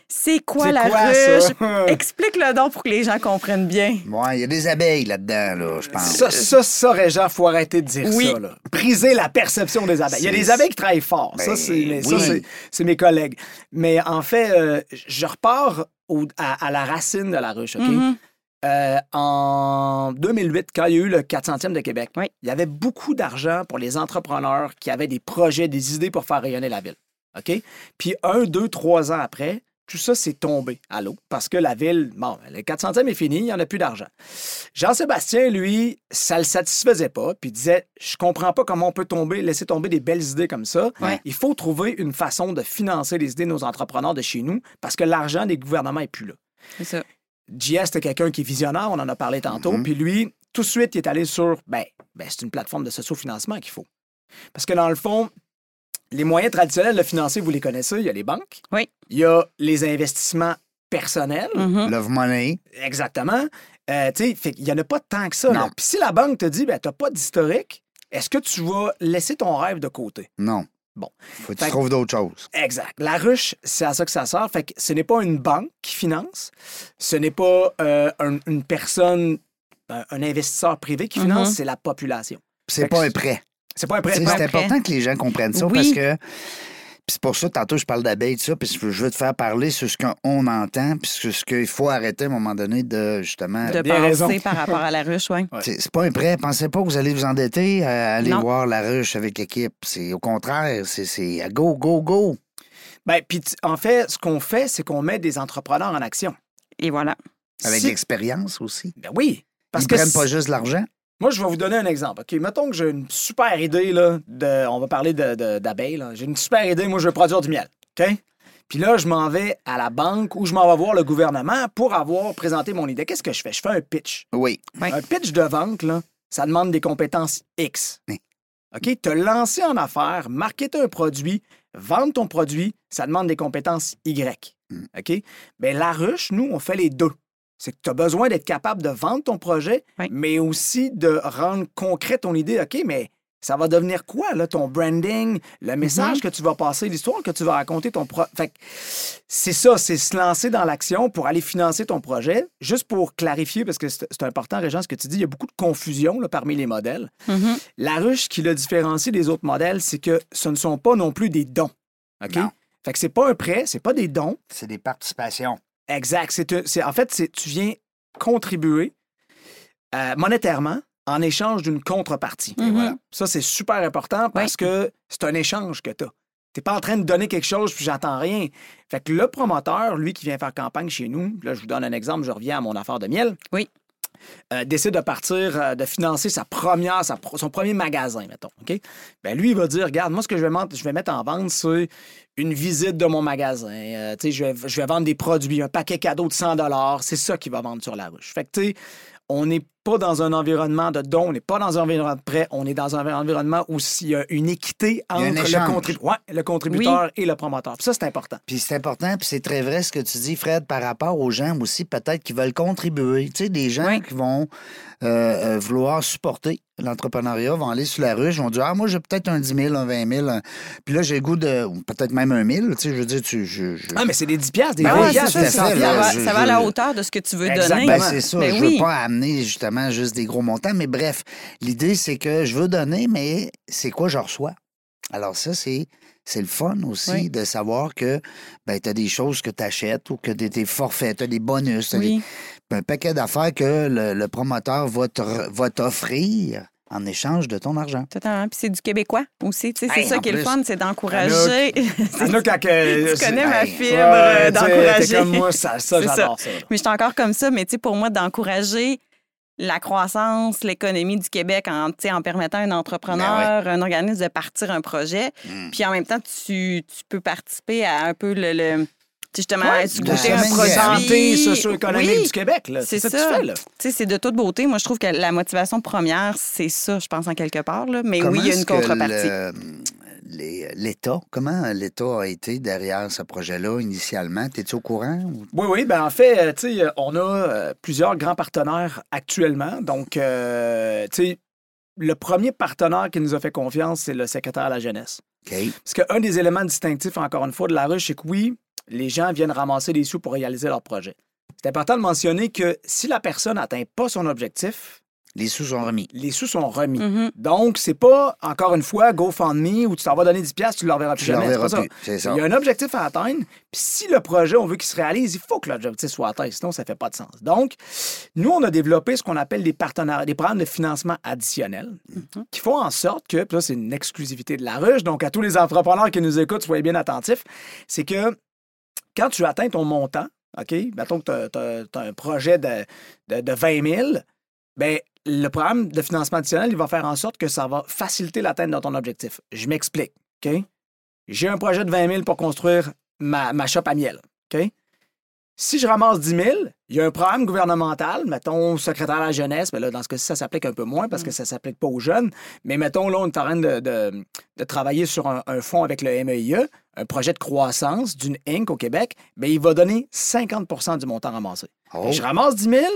Speaker 2: c'est quoi
Speaker 3: C'est
Speaker 2: la
Speaker 3: quoi,
Speaker 2: ruche?
Speaker 3: ça?
Speaker 2: Explique le don pour que les gens comprennent bien.
Speaker 1: Ouais, il y a des abeilles là-dedans, là, je pense.
Speaker 3: Ça, ça, ça, Régent, faut arrêter de dire
Speaker 2: Oui.
Speaker 3: ça. Là. Briser la perception des abeilles. Il y a
Speaker 1: C'est-
Speaker 3: des abeilles qui travaillent fort.
Speaker 1: Ben,
Speaker 3: ça, c'est, mais ça,
Speaker 1: oui.
Speaker 3: c'est- c'est mes collègues. Mais en fait, euh, je repars au- à, à la racine de la ruche. OK?
Speaker 1: Mm-hmm.
Speaker 2: Mhm.
Speaker 3: Euh, en 2008, quand il y a eu le 400e de Québec,
Speaker 2: Oui.
Speaker 3: il y avait beaucoup d'argent pour les entrepreneurs qui avaient des projets, des idées pour faire rayonner la ville. OK? Puis un, deux, trois ans après, tout ça s'est tombé à l'eau parce que la ville, bon, le 400e est fini, il n'y en a plus d'argent. Jean-Sébastien, lui, ça le satisfaisait pas, puis disait Je comprends pas comment on peut tomber, laisser tomber des belles idées comme ça.
Speaker 2: Ouais.
Speaker 3: Il faut trouver une façon de financer les idées de nos entrepreneurs de chez nous parce que l'argent des gouvernements est plus là.
Speaker 2: C'est ça.
Speaker 3: JS, c'était quelqu'un qui est visionnaire, on en a parlé tantôt.
Speaker 1: Mhm.
Speaker 3: Puis lui, tout de suite, il est allé sur ben, ben, c'est une plateforme de socio-financement qu'il faut. Parce que dans le fond, les moyens traditionnels de financer, vous les connaissez, il y a les banques,
Speaker 2: Oui.
Speaker 3: il y a les investissements personnels,
Speaker 2: Mhm.
Speaker 1: Love money.
Speaker 3: exactement. Euh, tu sais, fait qu'il y en a pas tant que ça. là.
Speaker 1: Non.
Speaker 3: Puis si la banque te dit ben, tu n'as pas d'historique, est-ce que tu vas laisser ton rêve de côté?
Speaker 1: Non.
Speaker 3: Bon.
Speaker 1: Faut que
Speaker 3: Fait
Speaker 1: tu
Speaker 3: que-
Speaker 1: trouves d'autres choses.
Speaker 3: Exact. La ruche, c'est à ça que ça sert. Fait que ce n'est pas une banque qui finance, ce n'est pas euh, un- une personne, un, un investisseur privé qui finance,
Speaker 2: Mhm.
Speaker 3: c'est la population.
Speaker 1: C'est
Speaker 3: Fait
Speaker 1: pas
Speaker 3: que-
Speaker 1: un prêt.
Speaker 3: C'est pas un
Speaker 1: Tu
Speaker 3: prêt.
Speaker 1: sais,
Speaker 2: pas
Speaker 1: Mm-hmm. C'est
Speaker 2: un prêt.
Speaker 1: important que les gens comprennent ça
Speaker 2: Oui.
Speaker 1: parce que. Puis c'est pour ça, tantôt, je parle d'abeilles, tout ça, puis je veux- je veux te faire parler sur ce qu'on entend, puis sur ce qu'il faut arrêter à un moment donné de, justement...
Speaker 2: de
Speaker 3: bien
Speaker 2: penser
Speaker 3: raison.
Speaker 2: par rapport à la ruche, oui.
Speaker 1: C'est c'est pas un prêt. Pensez pas que vous allez vous endetter à aller
Speaker 2: Non.
Speaker 1: voir la ruche avec l'équipe. C'est au contraire, c'est- c'est à go, go, go.
Speaker 3: Ben, puis tu- en fait, ce qu'on fait, c'est qu'on met des entrepreneurs en action.
Speaker 2: Et voilà.
Speaker 1: Avec
Speaker 3: Si-
Speaker 1: l'expérience aussi.
Speaker 3: Ben oui. Parce
Speaker 1: Ils
Speaker 3: que
Speaker 1: prennent
Speaker 3: si-
Speaker 1: pas juste l'argent.
Speaker 3: moi, je vais vous donner un exemple. OK, mettons que j'ai une super idée, là, de, on va parler de- de- d'abeilles. là. J'ai une super idée, moi, je veux produire du miel. OK? Puis là, je m'en vais à la banque ou je m'en vais voir le gouvernement pour avoir présenté mon idée. Qu'est-ce que je fais? Je fais un pitch.
Speaker 1: Oui.
Speaker 2: Ouais.
Speaker 3: Un pitch de vente, là, ça demande des compétences X.
Speaker 1: Oui.
Speaker 3: OK? Te lancer en affaires, marketer un produit, vendre ton produit, ça demande des compétences Y.
Speaker 1: Mm.
Speaker 3: OK? Bien, la ruche, Ben, nous, on fait les deux. C'est que tu as besoin d'être capable de vendre ton projet,
Speaker 2: Oui.
Speaker 3: mais aussi de rendre concret ton idée. OK, mais ça va devenir quoi, là, ton branding, le message que tu vas passer, l'histoire que tu vas raconter, ton pro... Fait que c'est ça, c'est se lancer dans l'action pour aller financer ton projet. Juste pour clarifier, parce que c'est c'est important, Régent, ce que tu dis, il y a beaucoup de confusion là, parmi les modèles.
Speaker 2: Mhm.
Speaker 3: La ruche qui le différencie des autres modèles, c'est que ce ne sont pas non plus des dons. OK?
Speaker 1: Non.
Speaker 3: Fait que c'est pas un prêt, c'est pas des dons.
Speaker 1: C'est des participations.
Speaker 3: Exact. C'est un- c'est- en fait, c'est- tu viens contribuer euh, monétairement en échange d'une contrepartie.
Speaker 2: Mhm.
Speaker 1: voilà.
Speaker 3: Ça, c'est super important parce que c'est un échange que tu as. Tu pas en train de donner quelque chose puis j'attends rien. Fait que le promoteur, lui, qui vient faire campagne chez nous, là, je vous donne un exemple, je reviens à mon affaire de miel.
Speaker 2: Oui.
Speaker 3: Euh, décide de partir, euh, de financer sa première, sa pro- son premier magasin, mettons. OK? Ben lui, il va dire Regarde, moi, ce que je vais, ment- je vais mettre en vente, c'est une visite de mon magasin. Euh, tu sais, je, vais, je vais vendre des produits, un paquet cadeau de 100 C'est ça qu'il va vendre sur la ruche. Fait que, tu sais, on n'est pas dans un environnement de don, on n'est pas dans un environnement de prêt, on est dans un environnement où il y a une équité
Speaker 1: Il y a
Speaker 3: entre
Speaker 1: un échange.
Speaker 3: le, contribu- ouais, le contributeur et le promoteur. Puis ça, c'est important.
Speaker 1: Puis c'est important, puis c'est très vrai ce que tu dis, Fred, par rapport aux gens aussi, peut-être qui veulent contribuer. Tu sais, des gens
Speaker 2: Oui.
Speaker 1: qui vont euh, euh, vouloir supporter l'entrepreneuriat, vont aller sur la ruche, vont dire Ah, moi, j'ai peut-être un 10 000, un 20 000. un- Puis là, j'ai le goût de. ou Peut-être même un 1000. Tu sais, je veux dire, tu. je- je-
Speaker 3: Ah, mais c'est des 10 piastres, des
Speaker 1: Ben
Speaker 3: 20
Speaker 1: oui,
Speaker 3: piastres,
Speaker 1: c'est
Speaker 3: des
Speaker 1: ça,
Speaker 3: 100
Speaker 1: c'est
Speaker 2: Ça
Speaker 3: piastres.
Speaker 2: va,
Speaker 1: je-
Speaker 2: ça va à
Speaker 1: je-
Speaker 2: la hauteur de ce que tu veux
Speaker 3: hein. Exactement.
Speaker 2: donner.
Speaker 1: Ben, c'est ça.
Speaker 2: Ben
Speaker 1: je
Speaker 2: oui.
Speaker 1: veux pas amener justement juste des gros montants, mais bref, l'idée, c'est que je veux donner, mais c'est quoi je reçois? Alors ça, c'est. C'est le fun aussi
Speaker 2: Oui.
Speaker 1: de savoir que ben, tu as des choses que tu achètes ou que tu des forfaits, tu as des bonus, t'as des-
Speaker 2: Oui.
Speaker 1: un paquet d'affaires que le, le promoteur va te re- va t'offrir en échange de ton argent.
Speaker 2: Totalement. Puis c'est du québécois aussi. Tu sais, c'est
Speaker 1: Hey,
Speaker 2: ça
Speaker 1: en
Speaker 2: qui est le
Speaker 1: plus.
Speaker 2: fun, c'est d'encourager.
Speaker 3: Ah, là, quand que-
Speaker 2: tu connais ma
Speaker 1: Hey.
Speaker 2: fibre
Speaker 3: Ouais,
Speaker 2: euh,
Speaker 3: tu sais, t'es
Speaker 2: d'encourager.
Speaker 3: comme moi, ça, ça,
Speaker 2: C'est ça.
Speaker 3: j'adore ça. là.
Speaker 2: Mais je suis encore comme ça, mais tu sais, pour moi, d'encourager la croissance, l'économie du Québec en, tu sais, en permettant à
Speaker 1: Ben
Speaker 2: un entrepreneur, un organisme de partir un projet.
Speaker 1: Mm.
Speaker 2: Puis en même temps, tu, tu peux participer à un peu le. le- tu sais, justement,
Speaker 3: Ouais,
Speaker 2: tu
Speaker 3: de
Speaker 2: goûter un
Speaker 1: semaine
Speaker 2: produit.
Speaker 3: santé socio-économique
Speaker 2: Oui.
Speaker 3: du Québec. là. C'est
Speaker 2: C'est
Speaker 3: ça,
Speaker 2: ça.
Speaker 3: que tu fais. Là.
Speaker 2: Tu sais, c'est de toute beauté. Moi, je trouve que la motivation première, c'est ça, je pense, en quelque part. là. Mais
Speaker 1: Comment
Speaker 2: oui, il y a
Speaker 1: est-ce
Speaker 2: une
Speaker 1: que
Speaker 2: contrepartie.
Speaker 1: le- les- L'État, comment l'État a été derrière ce projet-là initialement? T'es-tu au courant? ou-
Speaker 3: Oui, oui. Ben, en fait, euh, tu sais, euh, on a euh, plusieurs grands partenaires actuellement. Donc, euh, tu sais, le premier partenaire qui nous a fait confiance, c'est le secrétaire à la jeunesse.
Speaker 1: OK.
Speaker 3: Parce qu'un des éléments distinctifs, encore une fois, de la ruche, c'est que oui, les gens viennent ramasser des sous pour réaliser leur projet. C'est important de mentionner que si la personne n'atteint pas son objectif,
Speaker 1: Les sous sont remis.
Speaker 3: les sous sont remis.
Speaker 2: Mhm.
Speaker 3: Donc, c'est pas, encore une fois, GoFundMe où tu t'en vas donner 10$, piastres, tu ne leur verras plus
Speaker 1: Tu leur
Speaker 3: jamais. c'est
Speaker 1: verras
Speaker 3: pas ça.
Speaker 1: plus. C'est ça.
Speaker 3: Il y a un objectif à atteindre, puis si le projet, on veut qu'il se réalise, il faut que l'objectif soit atteint, sinon ça ne fait pas de sens. Donc, nous, on a développé ce qu'on appelle des partenariats, des programmes de financement additionnels
Speaker 1: Mhm.
Speaker 3: qui font en sorte que, puis là, c'est une exclusivité de la ruche, donc à tous les entrepreneurs qui nous écoutent, soyez bien attentifs, c'est que quand tu atteins ton montant, OK, mettons que tu as, un projet de, de, de 20 000, ben, le programme de financement additionnel, il va faire en sorte que ça va faciliter l'atteinte de ton objectif. Je m'explique, OK? J'ai un projet de 20 000 pour construire ma, ma shop à miel, OK? Si je ramasse 10 000, il y a un programme gouvernemental, mettons secrétaire à la jeunesse, mais là, dans ce cas-ci, ça s'applique un peu moins parce que
Speaker 1: Mm.
Speaker 3: ça s'applique pas aux jeunes. Mais mettons, là, on est en train de, de- de travailler sur un, un fonds avec le MEIE, E, un projet de croissance d'une Inc. au Québec, bien, il va donner 50 du montant ramassé.
Speaker 1: Oh.
Speaker 3: Je ramasse 10 000,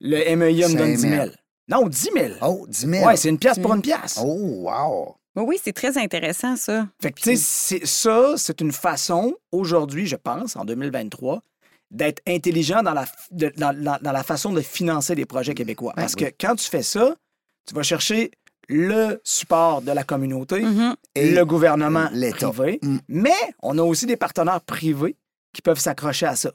Speaker 3: le MEIE E me donne 10
Speaker 1: 5 000.
Speaker 3: 000. Non, 10 000.
Speaker 1: Oh, 10 000.
Speaker 3: Ouais, c'est une pièce pour une pièce.
Speaker 1: Oh, wow.
Speaker 2: Oui, oui, c'est très intéressant, ça.
Speaker 3: Fait que, tu sais, c'est- ça, c'est une façon, aujourd'hui, je pense, en 2023, d'être intelligent dans la, f- de- dans, dans- dans la façon de financer les projets québécois. Parce que quand tu fais ça, tu vas chercher le support de la communauté,
Speaker 2: Mhm.
Speaker 1: Et
Speaker 3: le gouvernement
Speaker 1: l'État.
Speaker 3: privé,
Speaker 1: Mm.
Speaker 3: mais on a aussi des partenaires privés qui peuvent s'accrocher à ça.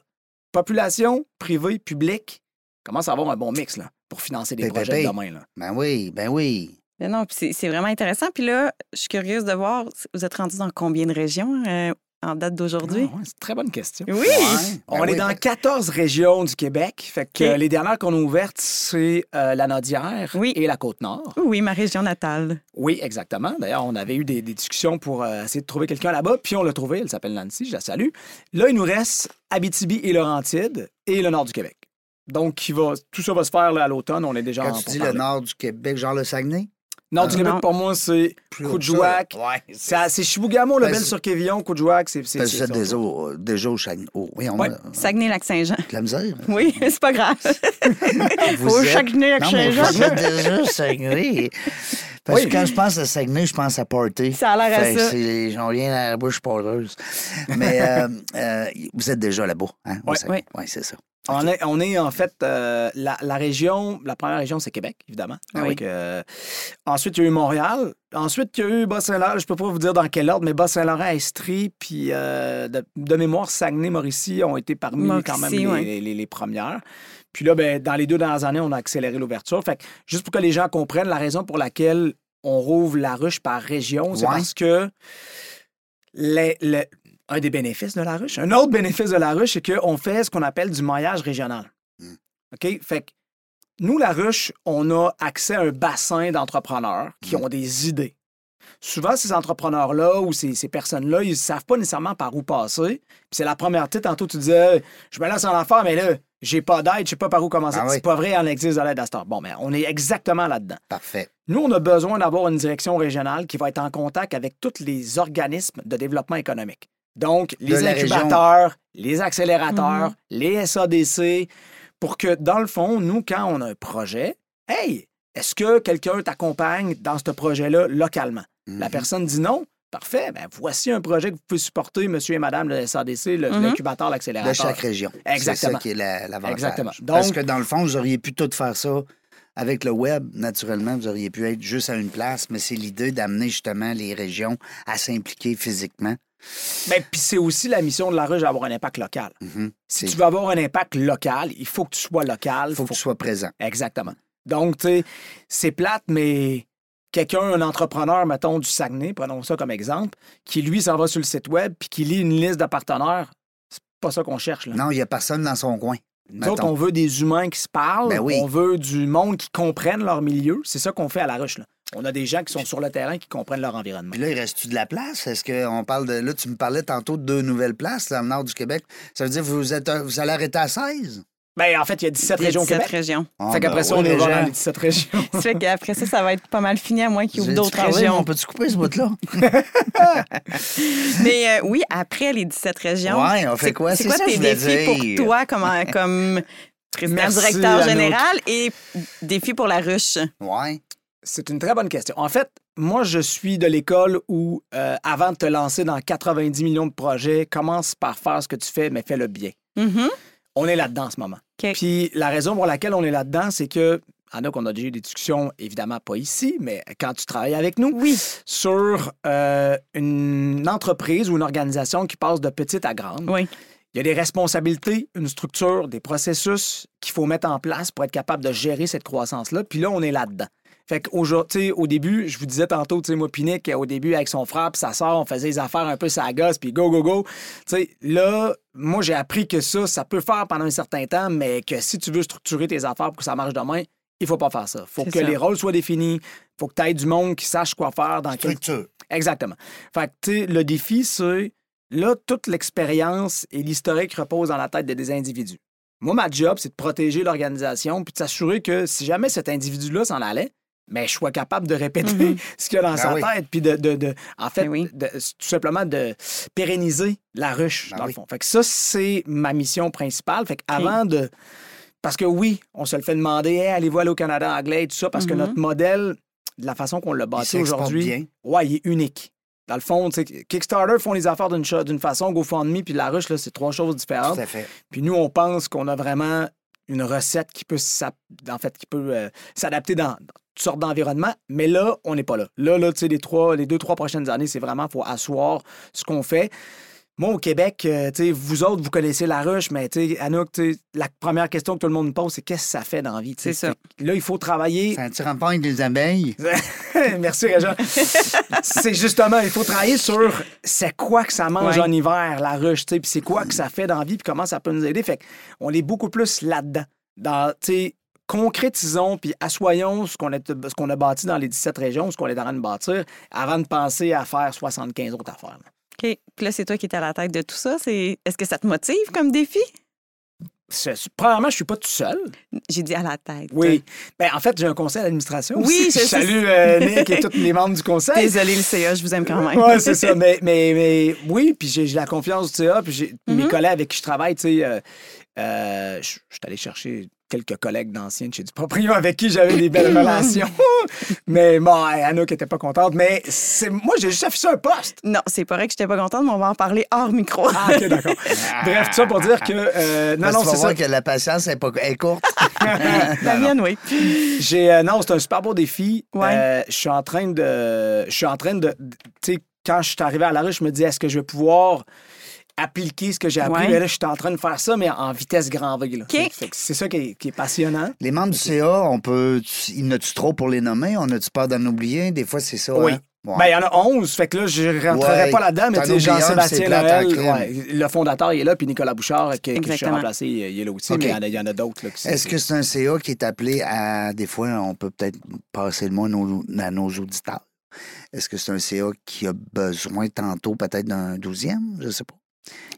Speaker 3: Population, privé, public, commence à avoir un bon mix là, pour financer des
Speaker 1: Pé, pé,
Speaker 3: projets
Speaker 1: pé.
Speaker 3: de demain. Là.
Speaker 1: Ben oui, ben oui.
Speaker 2: Mais non, puis c'est c'est vraiment intéressant. Puis là, je suis curieuse de voir, vous êtes rendu dans combien de régions euh, en date d'aujourd'hui?
Speaker 3: Ah ouais, c'est une très bonne question.
Speaker 2: Oui!
Speaker 1: Ouais, ben
Speaker 3: On est
Speaker 1: oui.
Speaker 3: dans 14 régions du Québec. Fait que
Speaker 2: Ok.
Speaker 3: euh, les dernières qu'on a ouvertes, c'est euh, la Nodière
Speaker 2: Oui.
Speaker 3: et la Côte-Nord.
Speaker 2: Oui, ma région natale.
Speaker 3: Oui, exactement. D'ailleurs, on avait eu des, des discussions pour euh, essayer de trouver quelqu'un là-bas, puis on l'a trouvé. Elle s'appelle Nancy, je la salue. Là, il nous reste Abitibi et Laurentides et le nord du Québec. Donc, qui va, tout ça va se faire là, à l'automne. On est déjà
Speaker 1: Quand
Speaker 3: en
Speaker 1: tu
Speaker 3: pour
Speaker 1: dis le
Speaker 3: parler.
Speaker 1: nord du Québec, genre le Saguenay?
Speaker 3: Nord du
Speaker 2: Euh,
Speaker 3: Québec,
Speaker 2: non.
Speaker 3: pour moi, c'est
Speaker 1: Plus haut que ça, là.
Speaker 3: Coudjouac.
Speaker 1: Ouais, c'est-
Speaker 3: C'est à- c'est Chibougamau, le
Speaker 1: Ben,
Speaker 3: bel
Speaker 1: c'est-
Speaker 3: sur Quévillon, Coudjouac. C'est c'est-
Speaker 1: Parce que
Speaker 3: c'est-
Speaker 1: vous êtes des eaux, euh, déjà au Chagn- au- Oui, on
Speaker 3: Ouais.
Speaker 1: a euh,
Speaker 2: Saguenay-Lac-Saint-Jean.
Speaker 1: de la misère.
Speaker 2: Oui, c'est pas grave. Au
Speaker 1: êtes- Non, mais
Speaker 2: Saguenay-Lac-Saint-Jean.
Speaker 1: vous êtes déjà au Saguenay. Parce
Speaker 3: Oui.
Speaker 1: que quand je pense à Saguenay, je pense à Party.
Speaker 2: Ça a l'air à
Speaker 1: Fait que
Speaker 2: ça.
Speaker 1: c'est- Les gens viennent à la bouche poreuse. Mais euh, euh, vous êtes déjà là-bas. Hein, au
Speaker 3: Ouais.
Speaker 1: Saguenay. Ouais, c'est ça.
Speaker 3: On est, on est en fait euh, la, la région, la première région, c'est Québec, évidemment.
Speaker 2: Ah
Speaker 3: Avec, euh, ensuite, il y a eu Montréal. Ensuite, il y a eu Bas-Saint-Laurent. Je peux pas vous dire dans quel ordre, mais Bas-Saint-Laurent, Estrie, puis euh, de, de mémoire, Saguenay, Mauricie ont été parmi quand même
Speaker 2: Mauricie,
Speaker 3: les,
Speaker 2: ouais.
Speaker 3: les- les- les premières. Puis là, ben, dans les deux dernières années, on a accéléré l'ouverture. Fait que, juste pour que les gens comprennent la raison pour laquelle on rouvre la ruche par région, c'est
Speaker 1: Ouais.
Speaker 3: parce que les- le- un des bénéfices de la ruche, un autre bénéfice de la ruche, c'est qu'on fait ce qu'on appelle du maillage régional.
Speaker 1: Mm.
Speaker 3: OK? Fait que nous, la ruche, on a accès à un bassin d'entrepreneurs qui
Speaker 1: Mm.
Speaker 3: ont des idées. Souvent, ces entrepreneurs-là ou ces, ces personnes-là, ils ne savent pas nécessairement par où passer. Puis c'est la première tête. Tantôt, tu disais, Hey, je me lance en affaires, mais là, j'ai pas d'aide, je sais pas par où commencer.
Speaker 1: Ah oui.
Speaker 3: C'est pas vrai, on existe de l'aide à ce temps. Bon, mais on est exactement là-dedans.
Speaker 1: Parfait.
Speaker 3: Nous, on a besoin d'avoir une direction régionale qui va être en contact avec tous les organismes de développement économique. Donc, les
Speaker 1: la région.
Speaker 3: incubateurs, les accélérateurs, les SADC, pour que, dans le fond, nous, quand on a un projet, hey, est-ce que quelqu'un t'accompagne dans ce projet-là localement? La
Speaker 1: Mhm.
Speaker 3: personne dit non. Parfait, ben voici un projet que vous pouvez supporter, monsieur et madame le SADC, le-
Speaker 2: Mhm.
Speaker 3: l'incubateur,
Speaker 1: De
Speaker 3: l'accélérateur.
Speaker 1: chaque région. C'est
Speaker 3: Exactement.
Speaker 1: ça qui est la- l'avantage.
Speaker 3: Exactement.
Speaker 1: Parce
Speaker 3: Donc-
Speaker 1: que dans le fond, vous auriez pu tout faire ça avec le web, naturellement. Vous auriez pu être juste à une place, mais c'est l'idée d'amener justement les régions à s'impliquer physiquement.
Speaker 3: Ben, puis c'est aussi la mission de la ruche d'avoir un impact local.
Speaker 1: Mhm.
Speaker 3: Si
Speaker 1: C'est-
Speaker 3: tu veux avoir un impact local, il faut que tu sois local.
Speaker 1: Il faut que tu sois présent.
Speaker 3: Exactement. Donc, tu sais, c'est plate, mais quelqu'un, un entrepreneur, mettons, du Saguenay, prenons ça comme exemple, qui, lui, s'en va sur le site web puis qui lit une liste de partenaires, c'est pas ça qu'on cherche. Là.
Speaker 1: Non, il n'y a personne dans son coin.
Speaker 3: Nous autres,
Speaker 1: mettons.
Speaker 3: on veut des humains qui se parlent,
Speaker 1: Ben oui.
Speaker 3: on veut du monde qui comprenne leur milieu. C'est ça qu'on fait à la ruche. Là. On a des gens qui sont sur le terrain qui comprennent leur environnement.
Speaker 1: Puis là, il reste-tu de la place? Est-ce qu'on parle de. Là, tu me parlais tantôt de deux nouvelles places dans le nord du Québec. Ça veut dire que vous, êtes... vous allez arrêter à 16?
Speaker 3: Ben, en fait, il y a 17
Speaker 2: Il y a
Speaker 3: régions au
Speaker 2: 17
Speaker 3: Québec.
Speaker 2: régions.
Speaker 1: Ah,
Speaker 3: fait qu'après
Speaker 1: ben
Speaker 3: ça,
Speaker 1: oui,
Speaker 3: on est
Speaker 1: les
Speaker 3: vraiment
Speaker 1: gens.
Speaker 3: dans les 17 régions.
Speaker 2: Ça fait qu'après ça, ça va être pas mal fini, à moins qu'il y ait
Speaker 1: J'ai-tu
Speaker 2: d'autres
Speaker 1: parlé?
Speaker 2: régions.
Speaker 1: On peut-tu couper ce bout-là?
Speaker 2: Mais euh, oui, après les 17 régions.
Speaker 1: Ouais, on
Speaker 2: c'est-
Speaker 1: fait quoi?
Speaker 2: C'est
Speaker 1: C'est
Speaker 2: quoi
Speaker 1: ça que
Speaker 2: tes
Speaker 1: je voulais
Speaker 2: défis
Speaker 1: dire.
Speaker 2: pour toi comme, euh, comme président
Speaker 3: Merci,
Speaker 2: directeur
Speaker 3: Anouk.
Speaker 2: général et défis pour la ruche?
Speaker 1: Ouais.
Speaker 3: C'est une très bonne question. En fait, moi, je suis de l'école où, euh, avant de te lancer dans 90 millions de projets, commence par faire ce que tu fais, mais fais-le bien.
Speaker 2: Mhm.
Speaker 3: On est là-dedans en ce moment.
Speaker 2: OK.
Speaker 3: Puis la raison pour laquelle on est là-dedans, c'est que, Anouk, on a déjà eu des discussions, évidemment pas ici, mais quand tu travailles avec nous,
Speaker 2: Oui.
Speaker 3: sur euh, une entreprise ou une organisation qui passe de petite à grande.
Speaker 2: Oui.
Speaker 3: Il y a des responsabilités, une structure, des processus qu'il faut mettre en place pour être capable de gérer cette croissance-là. Puis là, on est là-dedans. Fait qu'aujourd'hui, au début, je vous disais tantôt, tu sais, moi, puis Nick, au début, avec son frère, puis sa soeur, on faisait des affaires un peu sa gosse, puis go, go, go. Tu sais, là, moi, j'ai appris que ça, ça peut faire pendant un certain temps, mais que si tu veux structurer tes affaires pour que ça marche demain, il faut pas faire ça. faut
Speaker 2: C'est
Speaker 3: que
Speaker 2: ça.
Speaker 3: les rôles soient définis, faut que tu aies du monde qui sache quoi faire, dans quel
Speaker 1: Structure.
Speaker 3: Exactement. Fait que, tu sais, le défi, c'est là, toute l'expérience et l'historique repose dans la tête de des individus. Moi, ma job, c'est de protéger l'organisation puis de s'assurer que si jamais cet individu-là s'en allait, mais je sois capable de répéter
Speaker 2: Mhm.
Speaker 3: ce qu'il y a dans
Speaker 1: Ben
Speaker 3: sa
Speaker 1: oui.
Speaker 3: tête, puis de, de- de- en fait,
Speaker 2: Ben oui.
Speaker 3: de- tout simplement de pérenniser la ruche,
Speaker 1: Ben
Speaker 3: dans le
Speaker 1: oui.
Speaker 3: fond. Fait que ça, c'est ma mission principale. Fait que avant de. Parce que oui, on se le fait demander, Hey, allez-vous aller au Canada anglais et tout ça, parce
Speaker 2: Mhm.
Speaker 3: que notre modèle, de la façon qu'on l'a
Speaker 1: Mm-hmm. Il
Speaker 3: bâti
Speaker 1: s'exporte
Speaker 3: aujourd'hui,
Speaker 1: bien.
Speaker 3: Ouais, il est unique. Dans le fond, tu sais, Kickstarter font les affaires d'une cho- d'une façon, GoFundMe puis la ruche, là, c'est trois choses différentes.
Speaker 1: Tout à fait.
Speaker 3: Puis nous, on pense qu'on a vraiment une recette qui peut s'ap- en fait, qui peut euh, s'adapter dans, dans toutes sortes d'environnements. Mais là, on n'est pas là. Là, là, tu sais, les trois, les deux, trois prochaines années, c'est vraiment faut asseoir ce qu'on fait. Moi, au Québec, euh, tu sais, vous autres, vous connaissez la ruche, mais tu sais, Anouk, tu sais, la première question que tout le monde me pose, c'est qu'est-ce que ça fait dans la vie? tu sais?
Speaker 2: C'est ça.
Speaker 3: Fait que Là, il faut travailler
Speaker 1: Ça tu rempagnes des abeilles?
Speaker 3: Merci, Réjean. c'est justement, il faut travailler sur c'est quoi que ça mange
Speaker 2: Ouais.
Speaker 3: en hiver, la ruche, tu sais, puis c'est quoi que ça fait dans la vie, puis comment ça peut nous aider. Fait qu'on est beaucoup plus là-dedans. Dans, tu sais, concrétisons puis assoyons ce qu'on, est- ce qu'on a bâti dans les 17 régions, ce qu'on est en train de bâtir, avant de penser à faire 75 autres affaires. là.
Speaker 2: OK. Puis là, c'est toi qui es à la tête de tout ça. C'est... Est-ce que ça te motive comme défi?
Speaker 3: ce- premièrement, je suis pas tout seul.
Speaker 2: J'ai dit à la tête.
Speaker 3: Oui. Ben, en fait, j'ai un conseil d'administration.
Speaker 2: Oui,
Speaker 3: aussi.
Speaker 2: je sais.
Speaker 3: salue euh, Nick et tous les membres du conseil.
Speaker 2: Désolée, le CA, je vous aime quand même.
Speaker 3: Oui, c'est ça. Mais, mais, mais oui, puis j'ai j'ai la confiance du CA, puis j'ai-
Speaker 2: Mm-hmm.
Speaker 3: mes collègues avec qui je travaille, tu sais, euh, euh, je je suis allé chercher quelques collègues d'anciens de chez du proprio avec qui j'avais des belles relations. mais bon, Anouk n'était pas contente. Mais c'est moi, j'ai juste affiché un poste.
Speaker 2: Non, c'est pas vrai que j'étais pas contente, mais on va en parler hors micro.
Speaker 3: Ah, OK, d'accord. Bref, tout ça pour dire que... euh, non,
Speaker 1: Parce
Speaker 3: non,
Speaker 1: qu'il faut
Speaker 3: c'est ça.
Speaker 1: voir que la patience est, pas, est courte.
Speaker 2: La mienne, oui.
Speaker 3: J'ai euh, non, c'est un super beau défi.
Speaker 2: Ouais.
Speaker 3: Euh, je suis en train de je suis en train de tu sais quand je suis arrivé à la rue, je me dis est-ce que je vais pouvoir appliquer ce que j'ai appris
Speaker 2: Ouais.
Speaker 3: Mais là je suis en train de faire ça mais en vitesse grand V là.
Speaker 2: OK.
Speaker 3: Fait que C'est ça qui est, qui est passionnant.
Speaker 1: Les membres du CA, on peut. Il n'a-tu trop pour les nommer? On a-tu peur d'en oublier? Des fois, c'est ça.
Speaker 3: Oui.
Speaker 1: hein? Ouais.
Speaker 3: Ben, il y en a 11, fait que là, je rentrerai
Speaker 1: Ouais,
Speaker 3: pas là-dedans, mais
Speaker 1: t'en
Speaker 3: tu
Speaker 1: oublies
Speaker 3: sais,
Speaker 1: un, c'est
Speaker 3: Jean-Sébastien
Speaker 1: plate en
Speaker 3: Noël,
Speaker 1: crime.
Speaker 3: ouais, le fondateur, il est là, puis Nicolas Bouchard, qui- que je suis
Speaker 2: Exactement.
Speaker 3: remplacé, il est là aussi,
Speaker 1: OK.
Speaker 3: mais il y en a- il y en a, d'autres. là, qui-
Speaker 1: Est-ce que c'est un CA qui est appelé à. Des fois, on peut peut-être passer le mot à nos, à nos auditeurs. Est-ce que c'est un CA qui a besoin tantôt peut-être d'un douzième? Je ne sais pas.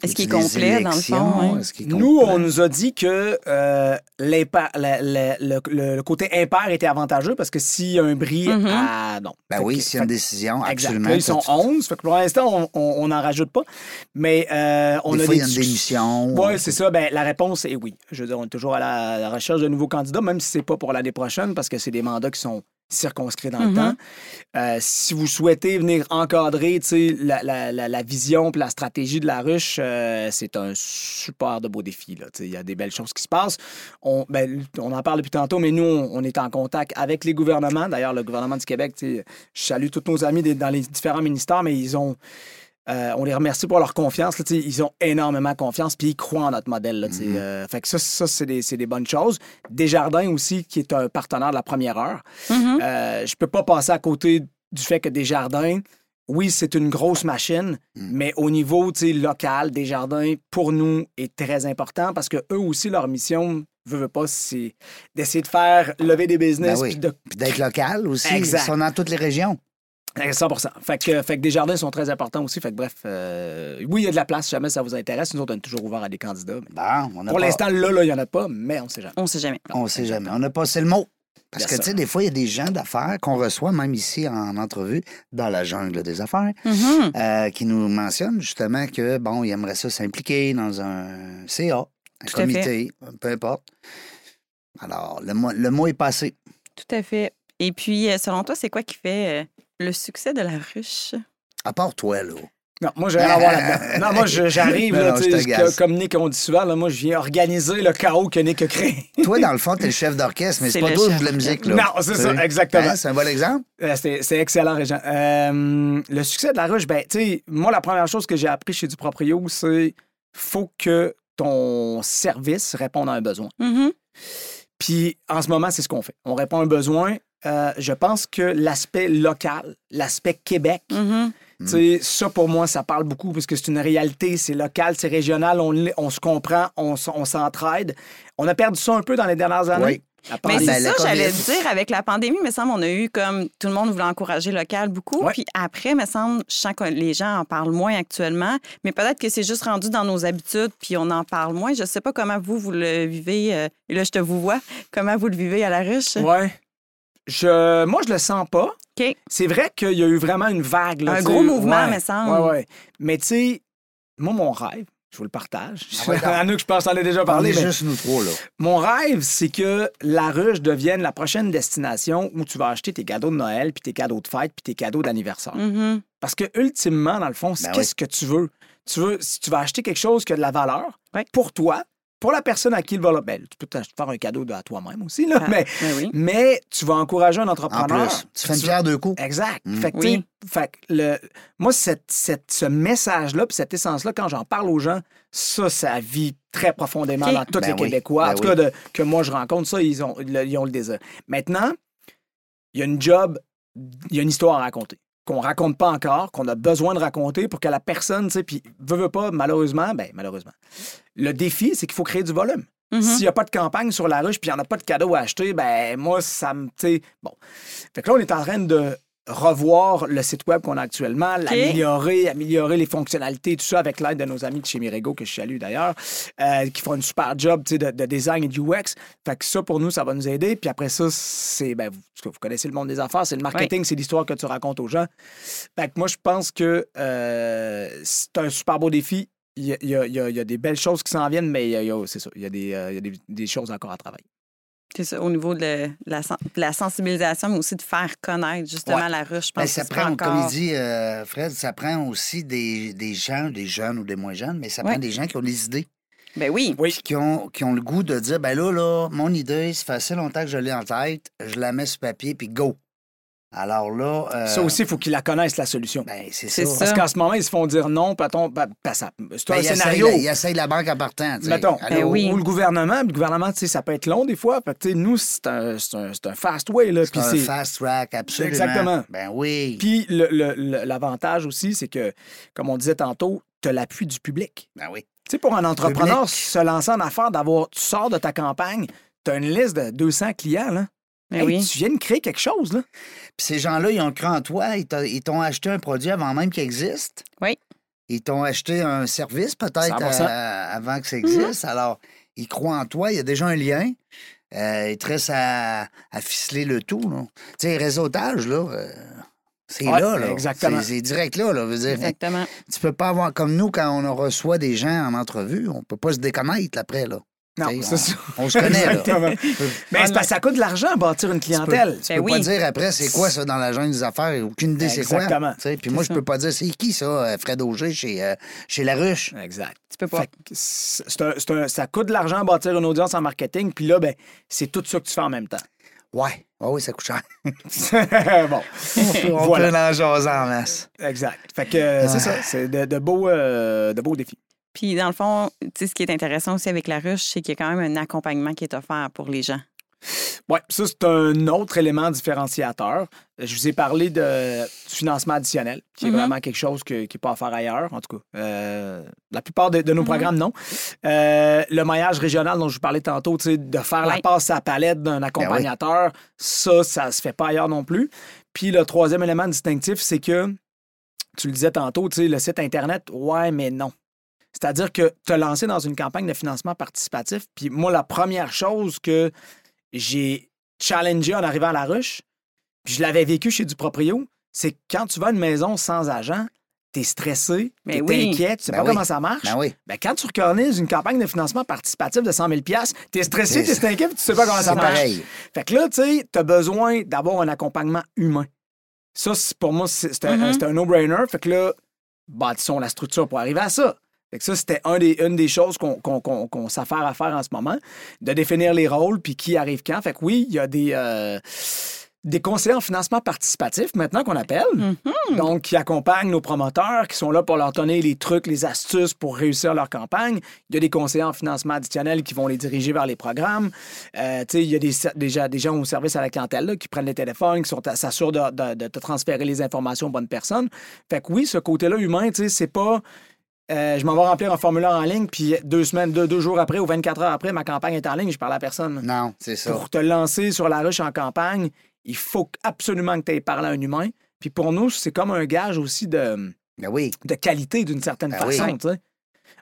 Speaker 2: Est-ce qu'il est
Speaker 1: Y a-t-il des
Speaker 2: complet, dans le fond?
Speaker 1: élections?
Speaker 2: hein?
Speaker 1: Est-ce qu'il est
Speaker 3: Nous,
Speaker 1: complet?
Speaker 3: on nous a dit que euh, l'impair- la- la- le, le- le côté impair était avantageux parce que s'il y a un bris
Speaker 2: Mhm.
Speaker 3: à. Non.
Speaker 1: Ben
Speaker 3: Fait
Speaker 1: oui,
Speaker 3: que-
Speaker 1: s'il y a une
Speaker 3: fait-
Speaker 1: décision,
Speaker 3: exact.
Speaker 1: absolument.
Speaker 3: Là, ils sont
Speaker 1: tout-
Speaker 3: 11. Fait que pour l'instant, on n'en rajoute pas. Mais euh, on
Speaker 1: des
Speaker 3: a
Speaker 1: fois, il
Speaker 3: des.
Speaker 1: y a une démission.
Speaker 3: Oui, c'est ça. Ben, la réponse est oui. Je veux dire, on est toujours à la, à la recherche de nouveaux candidats, même si ce n'est pas pour l'année prochaine, parce que c'est des mandats qui sont circonscrits dans
Speaker 2: Mhm.
Speaker 3: le temps. Euh, si vous souhaitez venir encadrer tu sais, la, la- la- la vision et la stratégie de la ruche, euh, c'est un super de beau défi. là. Tu sais, Il y a des belles choses qui se passent. On, ben, on en parle depuis tantôt, mais nous, on, on est en contact avec les gouvernements. D'ailleurs, le gouvernement du Québec, tu sais, je salue tous nos amis des- dans les différents ministères, mais ils ont. euh, on les remercie pour leur confiance. là, tu sais, ils ont énormément confiance, puis ils croient en notre modèle. là, tu sais, euh, fait que ça, ça c'est des, c'est des bonnes choses. Desjardins aussi, qui est un partenaire de la première heure,
Speaker 2: Mhm.
Speaker 3: euh, je peux pas passer à côté du fait que Desjardins, oui, c'est une grosse machine,
Speaker 1: Hmm.
Speaker 3: mais au niveau tu sais, local, Desjardins, pour nous, est très important parce que eux aussi, leur mission, veut, veut pas, c'est d'essayer de faire lever des business.
Speaker 1: Ben oui.
Speaker 3: puis de...
Speaker 1: Puis d'être local aussi.
Speaker 3: Exact.
Speaker 1: Ils sont dans toutes les régions.
Speaker 3: Eh, 100 fait que, fait que Desjardins sont très importants aussi. Fait que bref, euh, oui, il y a de la place si jamais ça vous intéresse. Nous autres, on est toujours ouverts à des candidats.
Speaker 1: Bon,
Speaker 3: mais
Speaker 1: Ben, on a
Speaker 3: Pour
Speaker 1: pas-
Speaker 3: l'instant, là, là, il n'y en a pas, mais on sait jamais.
Speaker 2: On sait jamais.
Speaker 1: On sait jamais. On a passé le mot. Parce
Speaker 3: Bien
Speaker 1: que,
Speaker 3: sûr.
Speaker 1: tu sais, des fois, il y a des gens d'affaires qu'on reçoit, même ici en entrevue, dans la jungle des affaires,
Speaker 2: Mhm.
Speaker 1: euh, qui nous mentionnent justement que, bon, ils aimeraient ça s'impliquer dans un CA, un
Speaker 2: Tout à
Speaker 1: comité, peu importe. Alors, le mot, le mot est passé.
Speaker 2: Tout à fait. Et puis, euh, selon toi, c'est quoi qui fait euh, le succès de la ruche?
Speaker 1: À part toi, là.
Speaker 3: Non, moi, j'ai rien à voir là-dedans. Non, moi, je- j'arrive,
Speaker 1: Non,
Speaker 3: là,
Speaker 1: non,
Speaker 3: tu
Speaker 1: je te
Speaker 3: sais,
Speaker 1: gasse.
Speaker 3: que- comme Nick, on dit souvent, là, moi, je viens organiser le chaos que Nick a créé.
Speaker 1: Toi, dans le fond, t'es le chef d'orchestre, mais c'est
Speaker 2: C'est
Speaker 1: pas
Speaker 2: le
Speaker 1: toi qui
Speaker 2: chef
Speaker 1: joue de la musique, là.
Speaker 3: Non, c'est
Speaker 1: Tu
Speaker 3: ça,
Speaker 1: sais.
Speaker 3: exactement.
Speaker 1: Hein, c'est un bon exemple.
Speaker 3: Euh, C'est c'est excellent, Régent. Euh, le succès de la ruche, ben, tu sais, moi, la première chose que j'ai appris chez du proprio, c'est faut que ton service réponde à un besoin.
Speaker 2: Mhm.
Speaker 3: Puis en ce moment, c'est ce qu'on fait. On répond à un besoin. Euh, je pense que l'aspect local, l'aspect Québec,
Speaker 2: Mhm.
Speaker 3: tu sais, ça pour moi, ça parle beaucoup parce que c'est une réalité, c'est local, c'est régional, on, l'est- on se comprend, on, s- on s'entraide. On a perdu ça un peu dans les dernières années.
Speaker 1: Oui.
Speaker 3: La
Speaker 2: Mais
Speaker 3: pandémie.
Speaker 1: ben,
Speaker 2: c'est
Speaker 1: la
Speaker 2: ça, j'allais
Speaker 1: COVID.
Speaker 2: dire, avec la pandémie, me semble, on a eu comme tout le monde voulait encourager local beaucoup.
Speaker 3: Ouais.
Speaker 2: Puis après, me semble, je sens que les gens en parlent moins actuellement, mais peut-être que c'est juste rendu dans nos habitudes, puis on en parle moins. Je sais pas comment vous, vous le vivez. euh, et là, je te vous vois. Comment vous le vivez à la ruche?
Speaker 3: Ouais. Je, moi, je le sens pas.
Speaker 2: OK.
Speaker 3: C'est vrai qu'il y a eu vraiment une vague. là,
Speaker 2: Un
Speaker 3: tu
Speaker 2: gros
Speaker 3: sais,
Speaker 2: mouvement,
Speaker 3: ouais.
Speaker 2: me semble.
Speaker 3: Ouais, ouais. Mais tu sais, moi, mon rêve, je vous le partage.
Speaker 1: Ah ouais, d'accord.
Speaker 3: Anouk, je pense, t'en ai déjà
Speaker 1: On
Speaker 3: parlé.
Speaker 1: est
Speaker 3: mais
Speaker 1: juste nous trois, là.
Speaker 3: Mon rêve, c'est que la ruche devienne la prochaine destination où tu vas acheter tes cadeaux de Noël, puis tes cadeaux de fête, puis tes cadeaux d'anniversaire.
Speaker 2: Mhm.
Speaker 3: Parce que, ultimement, dans le fond, c'est
Speaker 1: Ben
Speaker 3: qu'est-ce que tu veux? Tu veux, si tu vas acheter quelque chose qui a de la valeur
Speaker 2: Ouais.
Speaker 3: pour toi, pour la personne à qui il va le. Ben, tu peux te faire un cadeau de- à toi-même aussi, là,
Speaker 2: Ah,
Speaker 3: mais,
Speaker 2: ben oui.
Speaker 3: mais tu vas encourager un
Speaker 1: En
Speaker 3: entrepreneur.
Speaker 1: plus, tu fais une pierre deux coups.
Speaker 3: Exact.
Speaker 1: Mm.
Speaker 3: Fait que,
Speaker 2: Oui.
Speaker 3: tu sais, fait que le, moi, cette, cette- ce message-là, puis cette essence-là, quand j'en parle aux gens, ça, ça vit très profondément
Speaker 2: Ok.
Speaker 3: dans tous
Speaker 1: Ben
Speaker 3: les
Speaker 1: oui,
Speaker 3: Québécois. en
Speaker 1: ben
Speaker 3: tout cas, de- que moi, je rencontre ça, ils ont le, ils ont le désir. Maintenant, il y a une job, il y a une histoire à raconter qu'on raconte pas encore, qu'on a besoin de raconter pour que la personne, tu sais, puis veut, veut pas, malheureusement, ben malheureusement. Le défi, c'est qu'il faut créer du volume.
Speaker 2: Mhm.
Speaker 3: S'il n'y a pas de campagne sur la ruche puis il n'y en a pas de cadeaux à acheter, ben moi, ça me. tu sais, Bon. Fait que là, on est en train de revoir le site web qu'on a actuellement, l'améliorer, améliorer les fonctionnalités, tout ça avec l'aide de nos amis de chez Mirego, que je salue d'ailleurs, euh, qui font une super job tu sais, de, de design et de UX. Fait que ça, pour nous, ça va nous aider. Puis après ça, c'est, ben, vous, parce que vous connaissez le monde des affaires, c'est le marketing, c'est l'histoire que tu racontes aux gens. Fait que moi, je pense que euh, c'est un super beau défi. Il y a, il y a- il y a- il y a des belles choses qui s'en viennent, mais il y a, il y a- c'est ça, il y a, des, euh, il y a des- des choses encore à travailler.
Speaker 2: C'est ça, au niveau de, le- de la, sen- de la sensibilisation, mais aussi de faire connaître justement
Speaker 3: Ouais.
Speaker 2: la ruche. Je pense
Speaker 1: Ben,
Speaker 2: que
Speaker 1: ça
Speaker 2: c'est
Speaker 1: prend,
Speaker 2: encore...
Speaker 1: comme il dit euh, Fred, ça prend aussi des, des gens, des jeunes ou des moins jeunes, mais ça
Speaker 2: Ouais.
Speaker 1: prend des gens qui ont des idées.
Speaker 2: Ben oui,
Speaker 3: Oui.
Speaker 1: Puis qui ont, qui ont le goût de dire ben là, là, mon idée, ça fait assez longtemps que je l'ai en tête, je la mets sur papier, puis go. Alors là. euh,
Speaker 3: Ça aussi, il faut qu'ils la connaissent, la solution.
Speaker 1: Ben, c'est ça.
Speaker 2: c'est ça.
Speaker 3: Parce qu'en ce moment, ils se font dire non, patron, pa- pa- ça- c'est
Speaker 1: Ben,
Speaker 3: un
Speaker 1: il essaye
Speaker 3: scénario.
Speaker 1: la- il essaye la banque en partant. tu sais.
Speaker 3: Mettons,
Speaker 1: Allô?
Speaker 2: Ben oui.
Speaker 3: ou le gouvernement, puis le gouvernement, tu sais, ça peut être long des fois. Fait que, tu sais, nous, c'est un, c'est un- c'est un fast way. Là,
Speaker 1: C'est
Speaker 3: puis
Speaker 1: un
Speaker 3: c'est-
Speaker 1: fast track, absolument.
Speaker 3: Exactement.
Speaker 1: Ben oui.
Speaker 3: puis le- le- le- l'avantage aussi, c'est que, comme on disait tantôt, tu as l'appui du public.
Speaker 1: Ben oui.
Speaker 3: Tu sais, pour un entrepreneur,
Speaker 1: Public.
Speaker 3: se lancer en affaires, d'avoir, tu sors de ta campagne, tu as une liste de 200 clients. Là.
Speaker 2: ben
Speaker 3: Hey,
Speaker 2: oui.
Speaker 3: Tu viens de créer quelque chose. Là.
Speaker 1: Puis ces gens-là, ils ont cru en toi, ils t'a- ils t'ont acheté un produit avant même qu'il existe.
Speaker 2: Oui.
Speaker 1: Ils t'ont acheté un service peut-être
Speaker 3: 100%.
Speaker 1: euh, avant que ça existe. Alors, ils croient en toi, il y a déjà un lien. Euh, ils te restent à, à ficeler le tout. là. Tu sais, réseautage, là. euh, c'est
Speaker 3: Ouais,
Speaker 1: là, là.
Speaker 3: exactement.
Speaker 1: C'est c'est direct là, là. Je veux dire,
Speaker 2: Exactement.
Speaker 1: tu peux pas avoir comme nous quand on reçoit des gens en entrevue, on peut pas se déconnaître après là.
Speaker 3: Non,
Speaker 1: T'sais,
Speaker 3: c'est ça.
Speaker 1: On se connaît là.
Speaker 3: Exactement.
Speaker 1: Tu peux-
Speaker 3: Mais c'est parce que ça coûte de l'argent bâtir une clientèle.
Speaker 1: Tu
Speaker 2: Ben
Speaker 1: peux
Speaker 2: oui.
Speaker 1: pas dire après c'est quoi ça dans la jungle des affaires, aucune idée c'est quoi.
Speaker 3: Exactement.
Speaker 1: T'sais, Puis moi je peux pas dire c'est qui ça, euh, Fred Auger chez, euh, chez La Ruche.
Speaker 3: Exact.
Speaker 2: Tu peux pas.
Speaker 3: Fait que c'est- c'est un- c'est un- ça coûte de l'argent bâtir une audience en marketing, puis là, ben, c'est tout ça que tu fais en même temps.
Speaker 1: Ouais. Ah oui, ça coûte cher.
Speaker 3: bon,
Speaker 1: On
Speaker 3: Voilà.
Speaker 1: peut en jaser en masse.
Speaker 3: exact. Fait que euh, c'est ça, c'est de, de beaux, euh, de beaux défis.
Speaker 2: Puis dans le fond, tu sais, ce qui est intéressant aussi avec la ruche, c'est qu'il y a quand même un accompagnement qui est offert pour les gens.
Speaker 3: Oui, ça, c'est un autre élément différenciateur. Euh, Je vous ai parlé de du financement additionnel, qui est
Speaker 2: Mhm.
Speaker 3: vraiment quelque chose que- qui n'est pas à faire ailleurs, en tout cas. Euh, la plupart de, de nos programmes, non. Euh, le maillage régional dont je vous parlais tantôt, tu sais, de faire la
Speaker 2: Ouais.
Speaker 3: passe à la palette d'un accompagnateur, ça, ça se fait pas ailleurs non plus. Puis le troisième élément distinctif, c'est que, tu le disais tantôt, tu sais, le site Internet, ouais, mais non. C'est-à-dire que te lancer dans une campagne de financement participatif, puis moi, la première chose que j'ai challengé en arrivant à la ruche, puis je l'avais vécu chez du proprio, c'est que quand tu vas à une maison sans agent, t'es stressé,
Speaker 2: Ben
Speaker 3: t'es
Speaker 2: oui.
Speaker 3: inquiet, tu sais
Speaker 1: Ben
Speaker 3: pas
Speaker 1: oui.
Speaker 3: comment ça marche.
Speaker 1: Ben oui.
Speaker 3: Ben, quand tu organises une campagne de financement participatif de 100 000 t'es stressé,
Speaker 1: C'est-
Speaker 3: t'es inquiet, puis tu sais pas comment ça
Speaker 1: C'est
Speaker 3: marche.
Speaker 1: pareil.
Speaker 3: Fait que là, tu sais, t'as besoin d'avoir un accompagnement humain. Ça, c'est- pour moi, c'est c'est un,
Speaker 2: Mhm.
Speaker 3: c'est un no-brainer. Fait que là, bâtissons la structure pour arriver à ça. Fait que ça, c'était un des, une des choses qu'on qu'on- qu'on- qu'on s'affaire à faire en ce moment, de définir les rôles puis qui arrive quand. Fait que oui, il y a des, euh, des conseillers en financement participatif maintenant qu'on appelle, donc qui accompagnent nos promoteurs, qui sont là pour leur donner les trucs, les astuces pour réussir leur campagne. Il y a des conseillers en financement additionnel qui vont les diriger vers les programmes. Euh, tu sais, il y a des, ser- des, gens- des gens au service à la clientèle là, qui prennent les téléphones, qui sont à- s'assurent de, de- de te transférer les informations aux bonnes personnes. Fait que oui, ce côté-là humain, tu sais, c'est pas. euh, je m'en vais remplir un formulaire en ligne, puis deux semaines, deux, deux jours après ou 24 heures après, ma campagne est en ligne, je parle à personne.
Speaker 1: Non, c'est ça.
Speaker 3: Pour te lancer sur la ruche en campagne, il faut absolument que tu aies parlé à un humain. Puis pour nous, c'est comme un gage aussi de,
Speaker 1: Ben oui.
Speaker 3: de qualité d'une certaine
Speaker 1: Ben oui.
Speaker 3: façon. tu sais.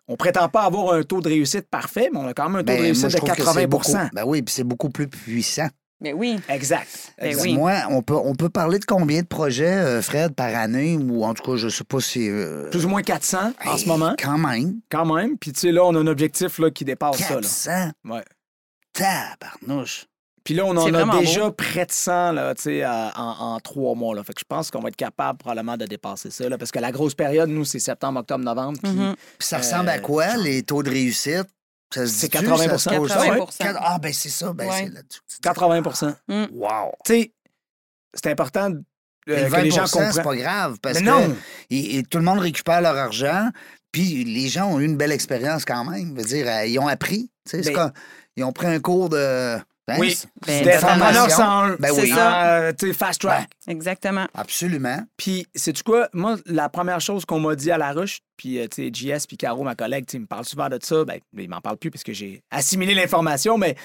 Speaker 3: On prétend pas avoir un taux de réussite parfait, mais on a quand même un taux
Speaker 1: Ben,
Speaker 3: de
Speaker 1: moi,
Speaker 3: réussite
Speaker 1: je
Speaker 3: de
Speaker 1: trouve que c'est
Speaker 3: 80
Speaker 1: beaucoup- Ben oui, puis c'est beaucoup plus puissant.
Speaker 2: Mais oui.
Speaker 3: Exact.
Speaker 2: Ben
Speaker 3: Exact.
Speaker 2: oui.
Speaker 1: Moi, on peut, on peut parler de combien de projets, euh, Fred, par année, ou en tout cas, je sais pas si. euh,
Speaker 3: Plus ou moins 400 en
Speaker 1: hey,
Speaker 3: ce moment,
Speaker 1: Quand même.
Speaker 3: quand même. Puis tu sais, là, on a un objectif là, qui dépasse ça.
Speaker 1: 400.
Speaker 3: là. Ouais.
Speaker 1: Tabarnouche.
Speaker 3: Puis là, on
Speaker 2: C'est
Speaker 3: en
Speaker 2: vraiment
Speaker 3: a déjà près de 100 là, tu sais, à- en, en trois mois. Là. Fait que je pense qu'on va être capable probablement de dépasser ça. là, parce que la grosse période, nous, c'est septembre, octobre, novembre. Puis
Speaker 2: Mhm.
Speaker 1: Puis ça ressemble à quoi, les taux de réussite? Ça se
Speaker 3: Euh, C'est
Speaker 1: dit-tu,
Speaker 3: 80%.
Speaker 1: ça se pose-
Speaker 2: 80%.
Speaker 1: Quatre- Ah, ben c'est ça, ben
Speaker 2: Ouais.
Speaker 1: c'est là-dessus.
Speaker 3: 80 Tu
Speaker 1: Wow.
Speaker 3: sais, c'est important euh,
Speaker 1: Puis
Speaker 3: que les gens
Speaker 1: 20 c'est
Speaker 3: comprennent.
Speaker 1: pas grave, parce
Speaker 3: Mais
Speaker 1: que
Speaker 3: non,
Speaker 1: et- et tout le monde récupère leur argent, puis les gens ont eu une belle expérience quand même. Je veux dire, euh, ils ont appris. tu sais, c'est
Speaker 3: Ben-
Speaker 1: comme- ils ont pris un cours de... hein,
Speaker 3: Oui.
Speaker 1: c'est- c'est
Speaker 2: Ben,
Speaker 3: des
Speaker 1: une
Speaker 3: entrepreneurs
Speaker 1: formation.
Speaker 3: sans
Speaker 1: Ben
Speaker 2: C'est
Speaker 1: oui,
Speaker 2: ça.
Speaker 3: Euh, fast track.
Speaker 2: Exactement.
Speaker 1: absolument.
Speaker 3: Puis, sais-tu quoi? Moi, la première chose qu'on m'a dit à la ruche, puis, euh, tu sais, JS, puis Caro, ma collègue, tu sais, ils me parlent souvent de ça. Ben, ils m'en parlent plus parce que j'ai assimilé l'information, mais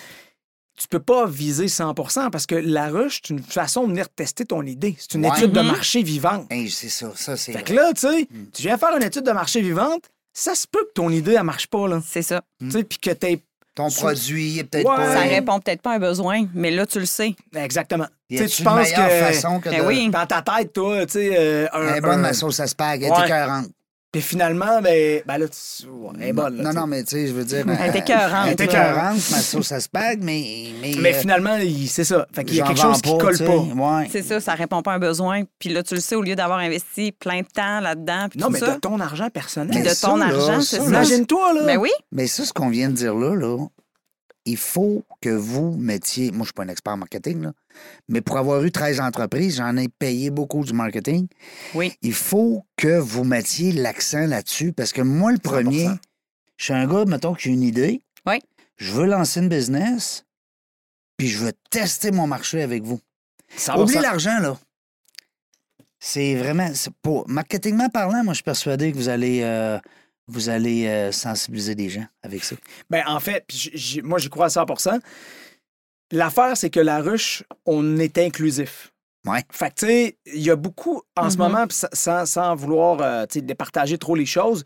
Speaker 3: tu peux pas viser 100 parce que la ruche, c'est une façon de venir tester ton idée. C'est une
Speaker 1: Ouais. Mm-hmm. Eh,
Speaker 3: étude de
Speaker 2: Mhm.
Speaker 3: marché vivante.
Speaker 1: Hey, c'est ça, ça, c'est.
Speaker 3: Fait que
Speaker 1: vrai.
Speaker 3: là, tu sais,
Speaker 1: mm.
Speaker 3: tu viens faire une étude de marché vivante, ça se peut que ton idée, elle marche pas, là.
Speaker 2: C'est ça.
Speaker 1: Mm.
Speaker 3: Tu sais, puis que t'es.
Speaker 1: Ton
Speaker 3: sous-
Speaker 1: produit, il est peut-être
Speaker 3: Ouais.
Speaker 1: pas.
Speaker 2: Ça répond peut-être pas à un besoin, mais là, tu le sais.
Speaker 3: Ben, Exactement. Tu
Speaker 1: Y
Speaker 3: sais,
Speaker 1: a-tu
Speaker 3: tu
Speaker 1: une
Speaker 3: penses
Speaker 1: meilleure
Speaker 3: que.
Speaker 1: façon que
Speaker 2: Ben
Speaker 1: de.
Speaker 2: oui.
Speaker 3: Dans ta tête, toi, tu sais, euh, un.
Speaker 1: Elle est bonne,
Speaker 3: un-
Speaker 1: ma sauce à spag, elle est
Speaker 3: Ouais.
Speaker 1: écœurante.
Speaker 3: Puis finalement, ben, ben là, tu... ouais, elle est bonne. là,
Speaker 1: non,
Speaker 3: tu sais.
Speaker 1: non, mais tu sais, je veux dire.
Speaker 2: Elle est
Speaker 1: euh,
Speaker 2: écœurante,
Speaker 1: Elle est
Speaker 2: là.
Speaker 1: écœurante, ma sauce à spag, mais. Mais,
Speaker 3: Mais
Speaker 1: euh,
Speaker 3: finalement, il- c'est ça. Fait qu'il y a
Speaker 1: j'en
Speaker 3: quelque
Speaker 1: vends
Speaker 3: chose qui colle
Speaker 1: tu sais.
Speaker 3: pas.
Speaker 1: Ouais.
Speaker 2: C'est ça, ça répond pas à un besoin. Puis là, tu le sais, au lieu d'avoir investi plein de temps là-dedans, puis
Speaker 3: Non,
Speaker 2: tout
Speaker 3: mais
Speaker 2: ça.
Speaker 3: de ton argent personnel.
Speaker 2: Puis
Speaker 1: Mais
Speaker 2: de
Speaker 1: ça,
Speaker 2: ton
Speaker 1: là, ça,
Speaker 2: argent, c'est ça.
Speaker 1: là,
Speaker 3: Imagine-toi, là.
Speaker 2: Ben oui,
Speaker 1: Mais ça, ce qu'on vient de dire là, là, il faut que vous mettiez. Moi, je suis pas un expert en marketing, là, mais pour avoir eu 13 entreprises, j'en ai payé beaucoup du marketing.
Speaker 2: Oui.
Speaker 1: Il faut que vous mettiez l'accent là-dessus parce que moi, le premier,
Speaker 3: 100%.
Speaker 1: je suis un gars, mettons que j'ai une idée.
Speaker 2: Oui.
Speaker 1: Je veux lancer une business, puis je veux tester mon marché avec vous.
Speaker 3: 100%.
Speaker 1: Oubliez l'argent, là. C'est vraiment. c'est Pour, marketingment parlant, moi, je suis persuadé que vous allez, euh, vous allez euh, sensibiliser des gens avec ça.
Speaker 3: Ben, en fait, puis j- j'y- moi, j'y crois à 100 L'affaire, c'est que la ruche, on est inclusif.
Speaker 1: Ouais.
Speaker 3: Fait que, tu sais, il y a beaucoup, en ce
Speaker 2: Mhm.
Speaker 3: moment, puis sa- sans, sans vouloir, euh, tu sais, départager trop les choses,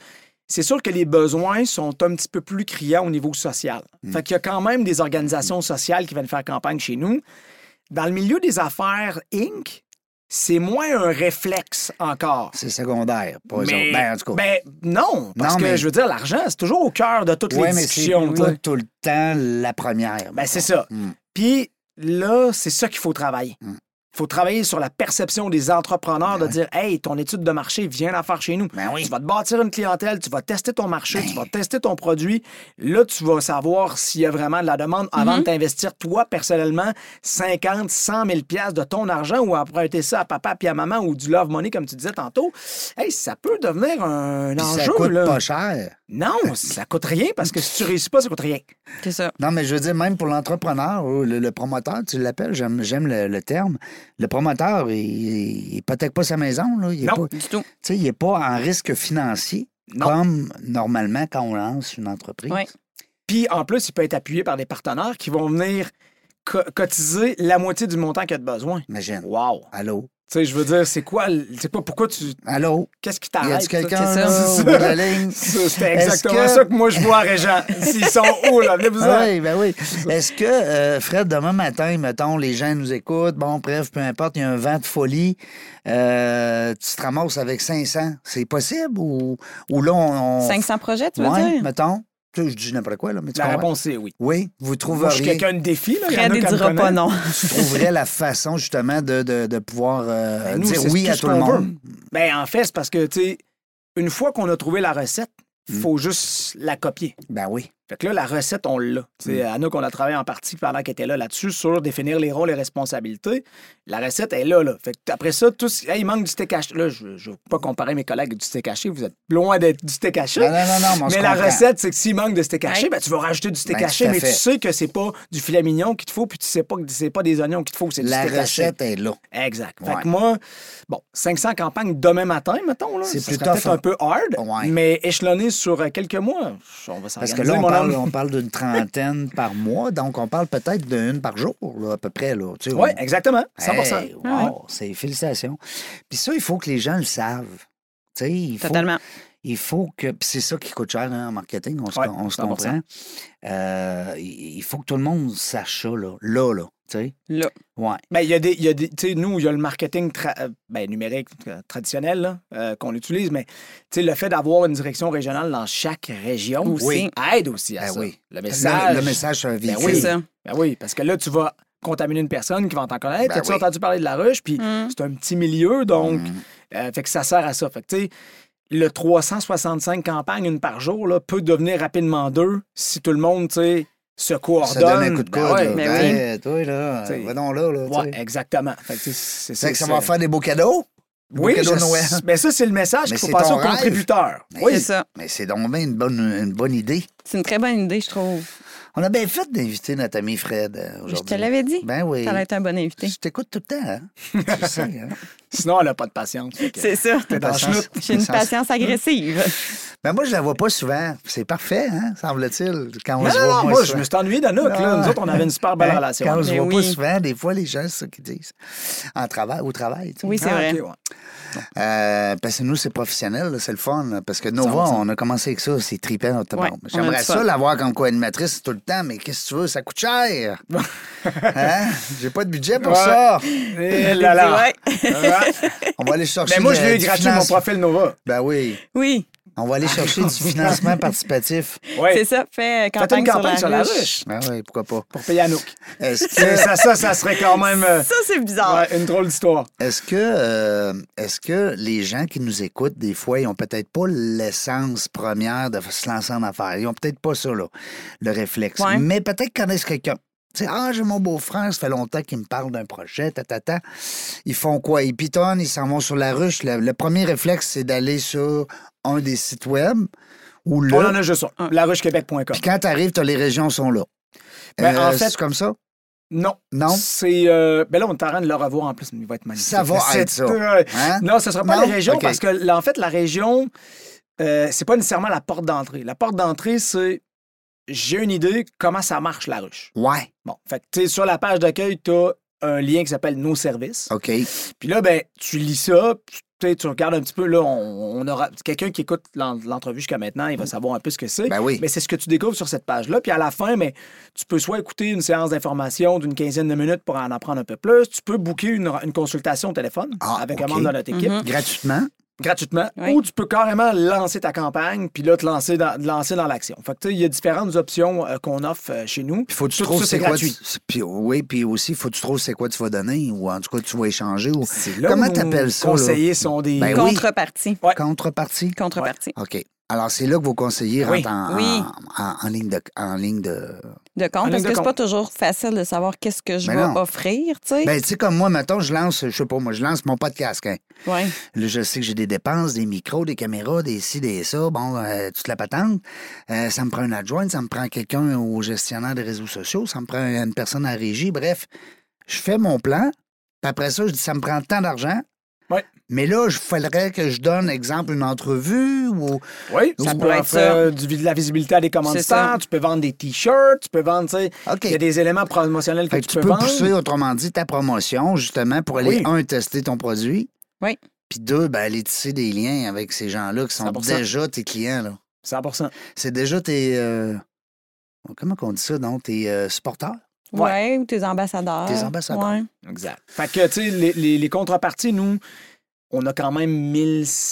Speaker 3: c'est sûr que les besoins sont un petit peu plus criants au niveau social.
Speaker 1: Mm.
Speaker 3: Fait qu'il y a quand même des organisations sociales qui viennent faire campagne chez nous. Dans le milieu des affaires Inc., c'est moins un réflexe encore.
Speaker 1: C'est secondaire, pas eux
Speaker 3: Mais-
Speaker 1: autres. Ben, en tout cas.
Speaker 3: Ben, non, parce
Speaker 1: Non,
Speaker 3: que
Speaker 1: mais-
Speaker 3: je veux dire, l'argent, c'est toujours au cœur de toutes
Speaker 1: ouais,
Speaker 3: les
Speaker 1: mais c'est
Speaker 3: discussions. tu sais.
Speaker 1: pas tout le temps la première.
Speaker 3: Ben, c'est ça.
Speaker 1: Mm.
Speaker 3: Puis là, c'est ça qu'il faut travailler. Il
Speaker 1: Mm.
Speaker 3: faut travailler sur la perception des entrepreneurs de dire Hey, ton étude de marché, viens la faire chez nous.
Speaker 1: Ben oui. Ben
Speaker 3: Tu vas te bâtir une clientèle, tu vas tester ton marché, tu vas tester ton produit. Là, tu vas savoir s'il y a vraiment de la demande avant de t'investir, toi, personnellement, 50, 100 000 pièces de ton argent ou emprunter ça à papa puis à maman ou du love money, comme tu disais tantôt. Hey, ça peut devenir un
Speaker 1: Puis
Speaker 3: enjeu.
Speaker 1: ça coûte
Speaker 3: là.
Speaker 1: pas cher.
Speaker 3: Non, ça coûte rien parce que si tu réussis pas, ça coûte rien.
Speaker 2: c'est ça.
Speaker 1: Non, mais je veux dire, même pour l'entrepreneur ou le, le promoteur, tu l'appelles, j'aime, j'aime le, le terme. Le promoteur, il, il hypothèque pas sa maison. Là. Il est
Speaker 3: Non.
Speaker 1: pas-
Speaker 2: Du tout.
Speaker 1: Tu sais, il n'est pas en risque financier
Speaker 3: Non.
Speaker 1: comme normalement quand on lance une entreprise.
Speaker 2: Ouais.
Speaker 3: Puis en plus, il peut être appuyé par des partenaires qui vont venir co- cotiser la moitié du montant qu'il y a de besoin.
Speaker 1: Imagine.
Speaker 3: Wow!
Speaker 1: Allô?
Speaker 3: Tu sais, je veux dire, c'est quoi, le- c'est quoi, pourquoi tu.
Speaker 1: Allô?
Speaker 3: Qu'est-ce qui
Speaker 1: Y
Speaker 3: t'arrête?
Speaker 1: a-tu quelqu'un
Speaker 2: c'est
Speaker 1: là,
Speaker 2: ça.
Speaker 1: au bout de la ligne?
Speaker 3: ça? C'était
Speaker 1: Est-ce
Speaker 3: exactement
Speaker 1: que-
Speaker 3: ça que moi je vois à Régent. S'ils sont hauts, là, venez vous
Speaker 1: Ah oui, ben oui. Est-ce que, euh, Fred, demain matin, mettons, les gens nous écoutent, bon, bref, peu importe, il y a un vent de folie, euh, tu te ramasses avec 500, c'est possible ou, ou là, on... on-
Speaker 2: 500 projets, tu veux
Speaker 1: Ouais,
Speaker 2: dire?
Speaker 1: mettons. Tu sais, je dis n'importe quoi, là, mais tu
Speaker 3: La
Speaker 1: comprends?
Speaker 3: réponse est oui.
Speaker 1: Oui, vous
Speaker 3: Moi, je suis
Speaker 1: trouveriez,
Speaker 3: quelqu'un de défi, là. Ben, il y en a
Speaker 2: Fred
Speaker 3: qui
Speaker 2: ne
Speaker 3: me
Speaker 2: dira pas
Speaker 3: connaissent.
Speaker 2: non.
Speaker 1: tu trouverais la façon, justement, de, de, de pouvoir euh,
Speaker 3: Ben, nous,
Speaker 1: dire
Speaker 3: c'est
Speaker 1: oui
Speaker 3: tout
Speaker 1: à
Speaker 3: ce
Speaker 1: tout le
Speaker 3: qu'on veut.
Speaker 1: monde.
Speaker 3: Ben, en fait, c'est parce que, tu sais, une fois qu'on a trouvé la recette,
Speaker 1: Mm.
Speaker 3: faut juste la copier.
Speaker 1: Ben oui.
Speaker 3: Fait que là, la recette, on l'a. C'est
Speaker 1: Mm.
Speaker 3: Anna qu'on a travaillé en partie pendant qu'elle était là là-dessus sur définir les rôles et responsabilités. La recette est là, là. Fait que après ça, tout ce- Hey, il manque du steak haché. Là, je ne veux pas comparer mes collègues du steak haché. Vous êtes loin d'être du steak haché.
Speaker 1: Non, non, non, non, mais on se
Speaker 3: mais la
Speaker 1: comprend.
Speaker 3: recette, c'est que s'il manque de steak haché,
Speaker 2: Ouais.
Speaker 3: ben, tu vas rajouter du steak
Speaker 1: Ben,
Speaker 3: haché,
Speaker 1: tout à
Speaker 3: mais
Speaker 1: fait.
Speaker 3: tu sais que c'est pas du filet mignon qu'il te faut, puis tu sais pas que c'est pas des oignons qu'il te faut, c'est du
Speaker 1: La
Speaker 3: steak haché.
Speaker 1: recette est là.
Speaker 3: Exact. Fait
Speaker 1: Ouais.
Speaker 3: que moi, bon, 500 campagnes demain matin, mettons, là.
Speaker 1: C'est
Speaker 3: ça
Speaker 1: plus
Speaker 3: serait
Speaker 1: tough,
Speaker 3: peut-être
Speaker 1: hein.
Speaker 3: un peu hard,
Speaker 1: Ouais.
Speaker 3: mais échelonné sur euh, quelques mois, on va
Speaker 1: Parce
Speaker 3: s'organiser,
Speaker 1: que là, on
Speaker 3: mon
Speaker 1: parle,
Speaker 3: homme.
Speaker 1: on parle d'une trentaine par mois, donc on parle peut-être d'une par jour, là, à peu près. Là, tu sais,
Speaker 3: Oui,
Speaker 1: on-
Speaker 3: exactement. 100
Speaker 1: Hey, wow, c'est félicitations. Puis ça, il faut que les gens le savent. Tu sais, il faut,
Speaker 2: Totalement.
Speaker 1: il faut que. Puis c'est ça qui coûte cher hein, en marketing, on se,
Speaker 3: Ouais,
Speaker 1: on se
Speaker 3: 100%.
Speaker 1: comprend. Euh, il il faut que tout le monde sache ça, là. Là, là. Tu sais?
Speaker 2: Là.
Speaker 1: Ouais.
Speaker 3: Ben, il y a des. il y a des- tu sais, nous, il y a le marketing tra- euh, ben, numérique euh, traditionnel là, euh, qu'on utilise, mais tu sais, le fait d'avoir une direction régionale dans chaque région
Speaker 2: Aussi.
Speaker 3: oui, aide aussi à
Speaker 1: Ben
Speaker 3: ça.
Speaker 1: oui.
Speaker 3: Le
Speaker 1: Le,
Speaker 3: message.
Speaker 1: le message, c'est un
Speaker 3: Ben
Speaker 1: véhicule.
Speaker 3: oui.
Speaker 2: C'est ça.
Speaker 3: Ben oui, parce que là, tu vas contaminer une personne qui va t'en connaître.
Speaker 1: Ben
Speaker 3: T'as-tu
Speaker 1: oui.
Speaker 3: entendu parler de la ruche? Puis
Speaker 2: Mm.
Speaker 3: c'est un petit milieu, donc,
Speaker 1: Mm.
Speaker 3: euh, fait que ça sert à ça. Fait que, tu sais, le 365 campagnes, une par jour, là, peut devenir rapidement deux si tout le monde, tu sais, se coordonne.
Speaker 1: Ça donne un coup de coude.
Speaker 3: Ben ouais.
Speaker 1: là.
Speaker 2: ben oui.
Speaker 1: Hey, toi, là,
Speaker 3: Tu sais.
Speaker 1: va donc là. là tu
Speaker 3: Ouais,
Speaker 1: sais.
Speaker 3: exactement. Fait que, tu sais, c'est
Speaker 1: C'est que ça
Speaker 3: c'est-
Speaker 1: va faire des beaux cadeaux. Des
Speaker 3: Oui,
Speaker 1: beaux cadeaux
Speaker 3: je-
Speaker 1: de Noël.
Speaker 3: ben ça, c'est le message
Speaker 1: Mais
Speaker 3: qu'il faut
Speaker 1: c'est
Speaker 3: passer
Speaker 1: ton
Speaker 3: aux
Speaker 1: rêve.
Speaker 3: contributeurs.
Speaker 1: Mais
Speaker 3: Oui,
Speaker 2: C'est ça.
Speaker 1: Mais c'est donc bien une bonne, une bonne idée.
Speaker 2: C'est une très bonne idée, je trouve.
Speaker 1: On a bien fait d'inviter notre ami Fred euh, aujourd'hui.
Speaker 2: Je te l'avais dit.
Speaker 1: Ben oui.
Speaker 2: Ça allait être un bon invité.
Speaker 1: Je t'écoute tout le temps, hein? Tu le sais, hein?
Speaker 3: Sinon, elle n'a pas de patience. Fait que-
Speaker 2: C'est ça.
Speaker 3: T'es dans le
Speaker 1: Patience.
Speaker 3: chenoute.
Speaker 2: J'ai une patience agressive.
Speaker 1: Ben moi, je la vois pas souvent. C'est parfait, hein, semble-t-il, quand on
Speaker 3: Non,
Speaker 1: se
Speaker 3: non,
Speaker 1: voit
Speaker 3: non,
Speaker 1: moins
Speaker 3: moi, je
Speaker 1: souvent.
Speaker 3: me suis ennuyé d'Anouk. là. Nous autres, on avait une super belle
Speaker 1: Ah, Hein,
Speaker 3: relation.
Speaker 1: Quand on se
Speaker 2: Mais
Speaker 1: voit pas
Speaker 2: Ben oui.
Speaker 1: souvent, des fois, les gens, c'est ce qu'ils disent. En travail, au travail, tu sais.
Speaker 2: Oui, c'est
Speaker 3: Ah,
Speaker 2: vrai.
Speaker 3: ok, ouais.
Speaker 1: Euh, parce que nous, c'est professionnel, là, c'est le fun. là, parce que Nova, on a commencé avec ça, c'est trippant. notre
Speaker 2: Ouais,
Speaker 1: monde.
Speaker 2: on a
Speaker 1: J'aimerais
Speaker 2: du
Speaker 1: ça
Speaker 2: fun.
Speaker 1: l'avoir comme co-animatrice tout le temps, mais qu'est-ce que tu veux, ça coûte cher. hein? J'ai pas de budget pour
Speaker 3: Ouais.
Speaker 1: ça.
Speaker 3: Eh là là. Ouais.
Speaker 1: On va aller chercher.
Speaker 3: Mais Ben, moi, je
Speaker 1: le-
Speaker 3: l'ai eu
Speaker 1: du
Speaker 3: gratuit, mon
Speaker 1: finance-
Speaker 3: profil Nova.
Speaker 1: Ben oui.
Speaker 2: Oui,
Speaker 1: On va aller chercher du financement participatif.
Speaker 3: Ouais.
Speaker 2: c'est ça. Fais euh,
Speaker 3: Faites
Speaker 2: campagne,
Speaker 3: une campagne sur la
Speaker 2: ruche.
Speaker 3: ruche.
Speaker 1: Ben oui, pourquoi pas.
Speaker 3: Pour payer Anouk.
Speaker 1: Est-ce
Speaker 3: C'est-
Speaker 1: que.
Speaker 3: ça, ça, ça serait quand même euh,
Speaker 2: Ça, c'est bizarre.
Speaker 3: ouais, une drôle d'histoire.
Speaker 1: Est-ce que, euh, est-ce que les gens qui nous écoutent, des fois, ils ont peut-être pas l'essence première de se lancer en affaires. Ils ont peut-être pas ça, là, le réflexe.
Speaker 2: Ouais.
Speaker 1: Mais peut-être qu'ils connaissent quelqu'un. Tu sais, ah, j'ai mon beau-frère, ça fait longtemps qu'il me parle d'un projet, tatata. Ils font quoi? Ils pitonnent, ils s'en vont sur la ruche. Le, le premier réflexe, c'est d'aller sur un des sites web ou
Speaker 3: On en
Speaker 1: là.
Speaker 3: a juste un. Laruchequebec.com.
Speaker 1: Puis quand t'arrives, t'as les régions sont là. Euh,
Speaker 3: Ben, en fait-
Speaker 1: c'est comme ça?
Speaker 3: Non.
Speaker 1: Non?
Speaker 3: C'est. euh, ben là, on est en train de le revoir en plus, mais il va être magnifique.
Speaker 1: Ça va
Speaker 3: C'est-
Speaker 1: être ça.
Speaker 3: euh,
Speaker 1: Hein?
Speaker 3: Non, ce ne sera pas
Speaker 1: Non?
Speaker 3: la région
Speaker 1: OK.
Speaker 3: parce que, là, en fait, la région, euh, c'est pas nécessairement la porte d'entrée. La porte d'entrée, c'est j'ai une idée comment ça marche la ruche.
Speaker 1: Ouais,
Speaker 3: Bon, fait que, tu sais, sur la page d'accueil, tu as un lien qui s'appelle Nos services.
Speaker 1: OK.
Speaker 3: Puis là, ben, tu lis ça, puis tu sais, tu regardes un petit peu, là, on, on aura. Quelqu'un qui écoute l'en- l'entrevue jusqu'à maintenant, il va savoir un peu ce que c'est.
Speaker 1: Mmh. Ben oui.
Speaker 3: Mais c'est ce que tu découvres sur cette page-là. Puis à la fin, mais tu peux soit écouter une séance d'information d'une quinzaine de minutes pour en apprendre un peu plus. Tu peux booker une, une consultation au téléphone
Speaker 1: Ah,
Speaker 3: avec un
Speaker 1: OK.
Speaker 3: membre de notre équipe
Speaker 2: Mhm.
Speaker 1: Gratuitement.
Speaker 3: gratuitement.
Speaker 2: Oui.
Speaker 3: Ou tu peux carrément lancer ta campagne, puis là, te lancer dans, te lancer dans l'action. Fait que, tu sais, il y a différentes options euh, qu'on offre euh, chez nous.
Speaker 1: Puis faut que tu
Speaker 3: Tout
Speaker 1: trouves
Speaker 3: ça,
Speaker 1: c'est
Speaker 3: c'est
Speaker 1: quoi.
Speaker 3: gratuit.
Speaker 1: tu- puis oui, puis aussi, faut que tu trouves c'est quoi tu vas donner ou en tout cas tu vas échanger ou
Speaker 3: C'est là
Speaker 1: Comment
Speaker 3: où nos
Speaker 1: t'appelles ça, là?
Speaker 3: conseillers sont des...
Speaker 1: Ben oui.
Speaker 2: Contrepartie.
Speaker 3: Ouais.
Speaker 1: contrepartie.
Speaker 2: Contrepartie.
Speaker 1: OK. Alors c'est là que vos conseillers
Speaker 3: Oui.
Speaker 1: rentrent en,
Speaker 2: Oui.
Speaker 1: en- en- en ligne de en ligne de
Speaker 2: De
Speaker 3: En
Speaker 2: compte,
Speaker 3: ligne
Speaker 2: parce
Speaker 3: de
Speaker 2: que c'est
Speaker 3: compte.
Speaker 2: pas toujours facile de savoir qu'est-ce que je
Speaker 1: Ben
Speaker 2: vais
Speaker 1: non.
Speaker 2: offrir, tu sais.
Speaker 1: Ben tu sais comme moi mettons, je lance je sais pas moi, je lance mon podcast hein.
Speaker 2: Ouais.
Speaker 1: Là, je sais que j'ai des dépenses, des micros, des caméras, des ci, des ça, bon, euh, toute la patente. Euh, ça me prend un adjoint, ça me prend quelqu'un au gestionnaire des réseaux sociaux, ça me prend une personne à régie, bref. Je fais mon plan, puis après ça, je dis ça me prend tant d'argent.
Speaker 3: Ouais.
Speaker 1: Mais là, il faudrait que je donne, exemple, une entrevue ou.
Speaker 3: Oui,
Speaker 1: Ça
Speaker 3: tu
Speaker 1: peut
Speaker 3: peux
Speaker 2: être
Speaker 3: en faire euh, du- de la visibilité à des commanditaires,
Speaker 2: ça.
Speaker 3: tu peux vendre des t-shirts, tu peux vendre, tu sais,
Speaker 1: OK.
Speaker 3: il y a des éléments promotionnels que
Speaker 1: Fait que
Speaker 3: tu,
Speaker 1: tu peux
Speaker 3: vendre.
Speaker 1: pousser, autrement dit, ta promotion, justement, pour aller,
Speaker 3: Oui.
Speaker 1: un, tester ton produit.
Speaker 2: Oui.
Speaker 1: Puis deux, ben, aller tisser des liens avec ces gens-là qui sont
Speaker 3: 100%.
Speaker 1: déjà tes clients, là.
Speaker 3: 100
Speaker 1: C'est déjà tes. euh, comment qu'on dit ça, non? Tes euh, supporters?
Speaker 2: Ouais. ou tes ambassadeurs.
Speaker 1: Tes ambassadeurs.
Speaker 2: Ouais.
Speaker 3: Exact. Fait que, tu sais, les, les- les contreparties, nous, on a quand même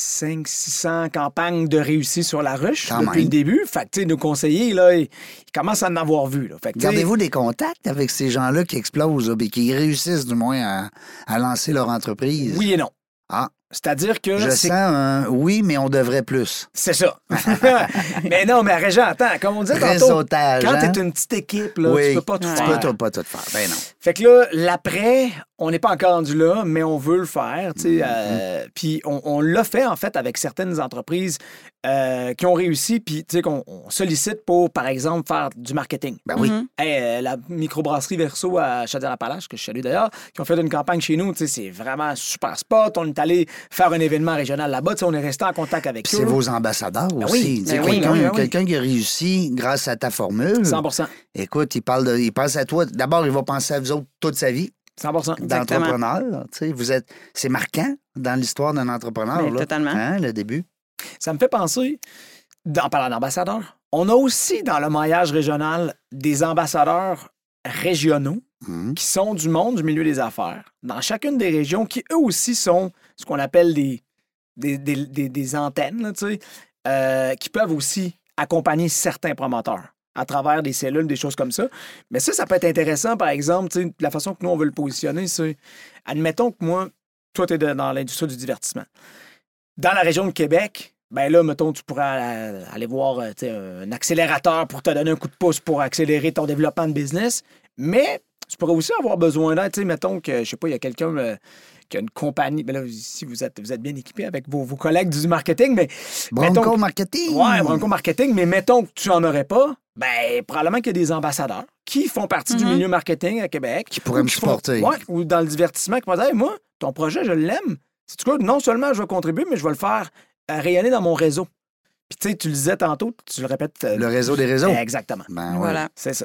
Speaker 3: 1500-600 campagnes de réussite sur la ruche
Speaker 1: Quand
Speaker 3: depuis
Speaker 1: même.
Speaker 3: le début. Fait que, tu sais, nos conseillers, là, ils, ils commencent à en avoir vu. Là. Fait que, tu sais,
Speaker 1: Gardez-vous des contacts avec ces gens-là qui explosent, là, puis qui réussissent du moins à, à lancer leur entreprise.
Speaker 3: Oui et non.
Speaker 1: Ah.
Speaker 3: C'est-à-dire que
Speaker 1: Je
Speaker 3: c'est
Speaker 1: sens un oui, mais on devrait plus.
Speaker 3: c'est ça. mais non, mais Régent, attends, comme on dit tantôt,
Speaker 1: Réseautage.
Speaker 3: quand
Speaker 1: hein?
Speaker 3: t'es une petite équipe, là,
Speaker 1: Oui.
Speaker 3: tu peux pas tout
Speaker 2: Ouais.
Speaker 1: Tu
Speaker 3: faire.
Speaker 1: peux tout- pas tout faire. Ben non.
Speaker 3: Fait que là, l'après, on n'est pas encore rendu là, mais on veut le faire. tu
Speaker 1: Mhm.
Speaker 3: sais, euh, Puis on, on l'a fait, en fait, avec certaines entreprises euh, qui ont réussi, puis tu sais, qu'on on sollicite pour, par exemple, faire du marketing.
Speaker 1: Ben oui.
Speaker 2: Mhm.
Speaker 3: Hey, euh, la microbrasserie Verso à Chaudière-Appalaches, que je salue d'ailleurs, qui ont fait une campagne chez nous, tu sais, c'est vraiment super spot. On est allé faire un événement régional là-bas, tu sais, on est resté en contact avec
Speaker 1: Puis
Speaker 3: eux.
Speaker 1: c'est vos ambassadeurs
Speaker 3: Ben oui,
Speaker 1: aussi. Tu sais,
Speaker 2: ben oui,
Speaker 1: quelqu'un
Speaker 3: ben oui, ben oui.
Speaker 1: quelqu'un qui a réussi grâce à ta formule,
Speaker 3: 100
Speaker 1: écoute, il, parle de, il pense à toi. D'abord, il va penser à vous autres toute sa vie.
Speaker 3: 100
Speaker 2: Exactement.
Speaker 1: d'entrepreneur. tu sais, Vous êtes, c'est marquant dans l'histoire d'un
Speaker 3: Ah,
Speaker 1: entrepreneur.
Speaker 2: Mais
Speaker 1: là.
Speaker 2: Ben, totalement.
Speaker 1: Hein, le début.
Speaker 3: Ça me fait penser, d- en parlant d'ambassadeurs, on a aussi dans le maillage régional des ambassadeurs régionaux
Speaker 1: Mhm.
Speaker 3: qui sont du monde du milieu des affaires, dans chacune des régions, qui eux aussi sont ce qu'on appelle des, des, des- des- des antennes, là, tu sais, euh, qui peuvent aussi accompagner certains promoteurs à travers des cellules, des choses comme ça. Mais ça, ça peut être intéressant, par exemple, tu sais, la façon que nous, on veut le positionner, c'est, admettons que moi, toi, tu es dans l'industrie du divertissement. Dans la région de Québec, ben là, mettons, tu pourrais euh, aller voir euh, tu sais, un accélérateur pour te donner un coup de pouce pour accélérer ton développement de business. Mais tu pourrais aussi avoir besoin d'aide. Tu sais, mettons que, je sais pas, il y a quelqu'un euh, qui a une compagnie. Mais là, si vous êtes, vous êtes bien équipé avec vos, vos collègues du marketing, mais.
Speaker 1: Bronco
Speaker 3: mettons que-
Speaker 1: Marketing.
Speaker 3: Ouais, Bronco Marketing, mais mettons que tu n'en aurais pas, ben probablement qu'il y a des ambassadeurs qui font partie du
Speaker 2: Mhm.
Speaker 3: milieu marketing à Québec. Qui
Speaker 1: pourraient
Speaker 3: ou
Speaker 1: me
Speaker 3: font-
Speaker 1: supporter.
Speaker 3: ouais, ou dans le divertissement, qui pourraient dire Hey, moi, ton projet, je l'aime. C'est quoi, non seulement je vais contribuer, mais je vais le faire euh, rayonner dans mon réseau. Puis tu sais, tu le disais tantôt, tu le répètes. euh,
Speaker 1: Le réseau des réseaux.
Speaker 3: Exactement.
Speaker 1: Ben, ouais.
Speaker 2: Voilà.
Speaker 3: C'est ça.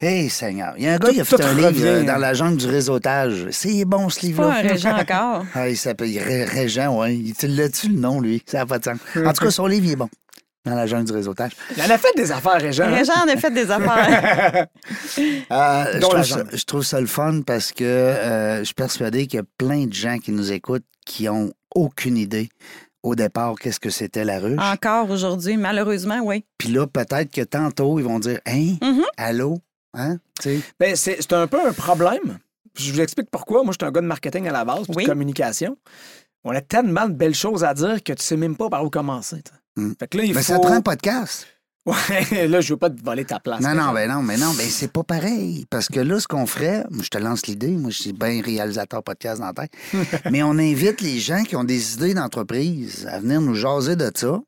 Speaker 1: Hey, Seigneur. Il y a un gars qui a
Speaker 3: Tout-
Speaker 1: fait un
Speaker 3: tout
Speaker 1: livre
Speaker 3: revient.
Speaker 1: euh, dans la jungle du réseautage. C'est bon, ce livre-là.
Speaker 2: Pas un régent encore.
Speaker 1: Ah, il s'appelle Ré- Régent, oui. Il tu l'as-tu le nom, lui? Ça n'a pas de sens. En tout cas, son livre, il est bon. Dans la jungle du réseautage.
Speaker 3: Il en a fait des affaires, Régent. hein?
Speaker 2: Régent en a fait des affaires.
Speaker 1: Euh, je,
Speaker 3: Dont la
Speaker 1: trouve ça,
Speaker 3: jungle.
Speaker 1: je trouve ça le fun parce que euh, je suis persuadé qu'il y a plein de gens qui nous écoutent qui ont aucune idée au départ qu'est-ce que c'était la ruche.
Speaker 2: encore aujourd'hui, malheureusement, oui.
Speaker 1: Puis là, peut-être que tantôt, ils vont dire Hein?
Speaker 2: Mhm.
Speaker 1: Allô? Hein? Tu sais,
Speaker 3: Ben, c'est c'est un peu un problème. Je vous explique pourquoi. Moi, je suis un gars de marketing à la base, puis
Speaker 2: Oui.
Speaker 3: de communication. On a tellement de belles choses à dire que tu sais même pas par où commencer. t'sais.
Speaker 1: Mm.
Speaker 3: Fait que là, il
Speaker 1: Mais
Speaker 3: faut... Ah,
Speaker 1: ça prend un podcast.
Speaker 3: Ouais, là, je veux pas te voler ta place.
Speaker 1: Non, non,
Speaker 3: mais...
Speaker 1: ben non, mais non, ben c'est pas pareil. Parce que là, ce qu'on ferait, moi, je te lance l'idée, moi, je suis bien réalisateur podcast dans la tête, mais on invite les gens qui ont des idées d'entreprise à venir nous jaser de ça.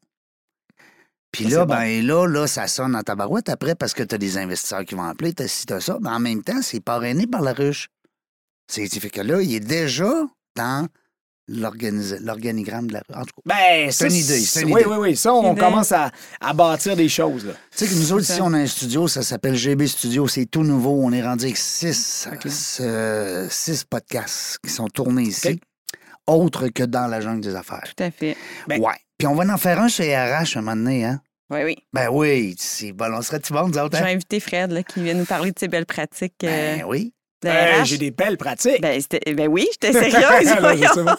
Speaker 1: Puis
Speaker 3: Ça,
Speaker 1: là,
Speaker 3: Ah, c'est bon.
Speaker 1: ben là, là, ça sonne dans ta barouette après parce que t'as des investisseurs qui vont appeler, t'as ci, t'as ça. Mais en même temps, c'est parrainé par la ruche. C'est ça fait que là, il est déjà dans l'organis- l'organigramme de la ruche. En tout cas,
Speaker 3: Ben,
Speaker 1: C'est une idée, c'est une
Speaker 3: oui,
Speaker 1: idée.
Speaker 3: oui, oui. Ça, on
Speaker 2: Idée.
Speaker 3: commence à, à bâtir des choses. là.
Speaker 1: Tu sais que nous autres, ici, on a un studio, ça s'appelle GB Studio, c'est tout nouveau. On est rendu avec six, euh, six podcasts qui sont tournés ici,
Speaker 3: Ok.
Speaker 1: autres que dans la jungle des affaires.
Speaker 2: Tout à fait.
Speaker 3: Ben-
Speaker 1: Ouais. Puis on va en faire un chez RH un moment donné, hein?
Speaker 2: Oui, oui.
Speaker 1: Ben oui, c'est bon, on serait-tu bon, nous autres,
Speaker 2: Je
Speaker 1: hein?
Speaker 2: vais
Speaker 3: Ben.
Speaker 2: inviter Fred là, qui vient nous parler de ses belles pratiques. euh,
Speaker 1: Ben oui.
Speaker 2: de
Speaker 3: Hey,
Speaker 2: RH.
Speaker 3: J'ai des belles pratiques.
Speaker 2: ben, c'était- ben oui, j'étais sérieuse.
Speaker 3: Non, mais
Speaker 2: voyons.
Speaker 3: c'est bon.
Speaker 1: Non,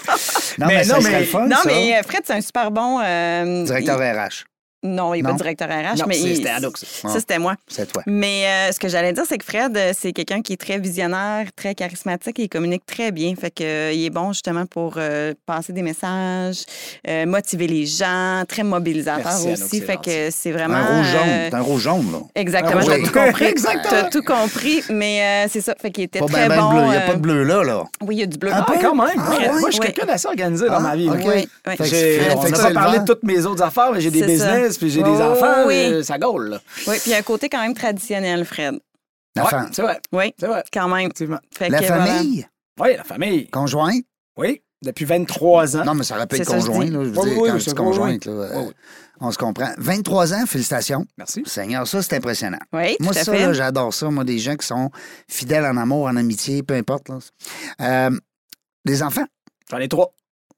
Speaker 3: Mais
Speaker 1: mais, ça
Speaker 3: non,
Speaker 1: serait
Speaker 3: mais-
Speaker 1: le fun,
Speaker 2: ben non,
Speaker 1: Ah, ça.
Speaker 2: mais euh, Fred, c'est un super bon. euh,
Speaker 1: Directeur RH,
Speaker 2: il- non, il n'est pas
Speaker 1: Non.
Speaker 2: directeur RH,
Speaker 3: Non,
Speaker 2: mais
Speaker 3: c'est-
Speaker 2: il-
Speaker 3: c'était Adox.
Speaker 2: Ça, c'était moi.
Speaker 1: Ah, c'est toi.
Speaker 2: Mais euh, ce que j'allais dire, c'est que Fred, euh, c'est quelqu'un qui est très visionnaire, très charismatique et il communique très bien. Fait que, euh, il est bon justement pour euh, passer des messages, euh, motiver les gens, très mobilisateur
Speaker 3: Merci, Anouk,
Speaker 2: aussi.
Speaker 3: c'est
Speaker 2: Fait que c'est vraiment.
Speaker 1: un rouge jaune, hein?
Speaker 2: euh,
Speaker 1: t'as un rouge jaune, là.
Speaker 2: Exactement,
Speaker 1: Ah
Speaker 2: t'as
Speaker 1: oui.
Speaker 2: tout compris.
Speaker 3: Exactement.
Speaker 2: T'as tout compris, mais euh, c'est ça. Fait qu'il était
Speaker 1: Pas
Speaker 2: très
Speaker 1: ben, ben
Speaker 2: bon.
Speaker 1: bleu, il n'y a
Speaker 2: euh,
Speaker 1: pas de bleu là, là.
Speaker 2: Oui, il y a du bleu.
Speaker 1: Ah,
Speaker 3: Ah, quand même.
Speaker 1: Ah, ouais?
Speaker 3: Moi, je suis
Speaker 2: Ouais.
Speaker 3: quelqu'un d'assez organisé dans
Speaker 1: Ah,
Speaker 3: ma vie. là.
Speaker 1: ok.
Speaker 2: Oui, oui.
Speaker 1: Fait que
Speaker 3: J'ai-
Speaker 1: Fred,
Speaker 3: on
Speaker 1: fait que
Speaker 3: n'a
Speaker 1: c'est
Speaker 3: pas
Speaker 1: le
Speaker 3: parlé
Speaker 1: vent.
Speaker 3: de toutes mes autres affaires, mais j'ai des
Speaker 2: C'est ça.
Speaker 3: business, puis j'ai des
Speaker 2: Oh,
Speaker 3: enfants.
Speaker 2: oui.
Speaker 3: euh, ça gaule. là.
Speaker 2: Oui, puis il y a un côté quand même traditionnel, Fred.
Speaker 3: Ouais,
Speaker 1: Enfin,
Speaker 3: c'est vrai,
Speaker 2: Oui,
Speaker 3: c'est vrai.
Speaker 2: quand même.
Speaker 3: Effectivement.
Speaker 2: Fait
Speaker 1: la
Speaker 2: que voilà.
Speaker 1: famille,
Speaker 3: Oui, la famille.
Speaker 1: conjointe,
Speaker 3: Oui, depuis 23 ans.
Speaker 1: Non, mais ça aurait pu
Speaker 2: Hein? C'est
Speaker 1: être
Speaker 2: ça, je
Speaker 1: conjoint,
Speaker 2: dis.
Speaker 1: là. Je veux
Speaker 3: Oui,
Speaker 1: dire,
Speaker 3: oui,
Speaker 1: quand
Speaker 3: oui,
Speaker 1: je dis
Speaker 3: c'est
Speaker 1: conjointe, là, euh,
Speaker 3: Oui, oui.
Speaker 1: on se comprend. 23 ans, félicitations.
Speaker 3: Merci.
Speaker 1: Seigneur, ça, c'est impressionnant.
Speaker 2: Oui,
Speaker 1: Moi,
Speaker 2: tout à
Speaker 1: ça,
Speaker 2: fait.
Speaker 1: là, j'adore ça. Moi, des gens qui sont fidèles en amour, en amitié, peu importe. Là. Euh, les enfants,
Speaker 3: J'en ai trois.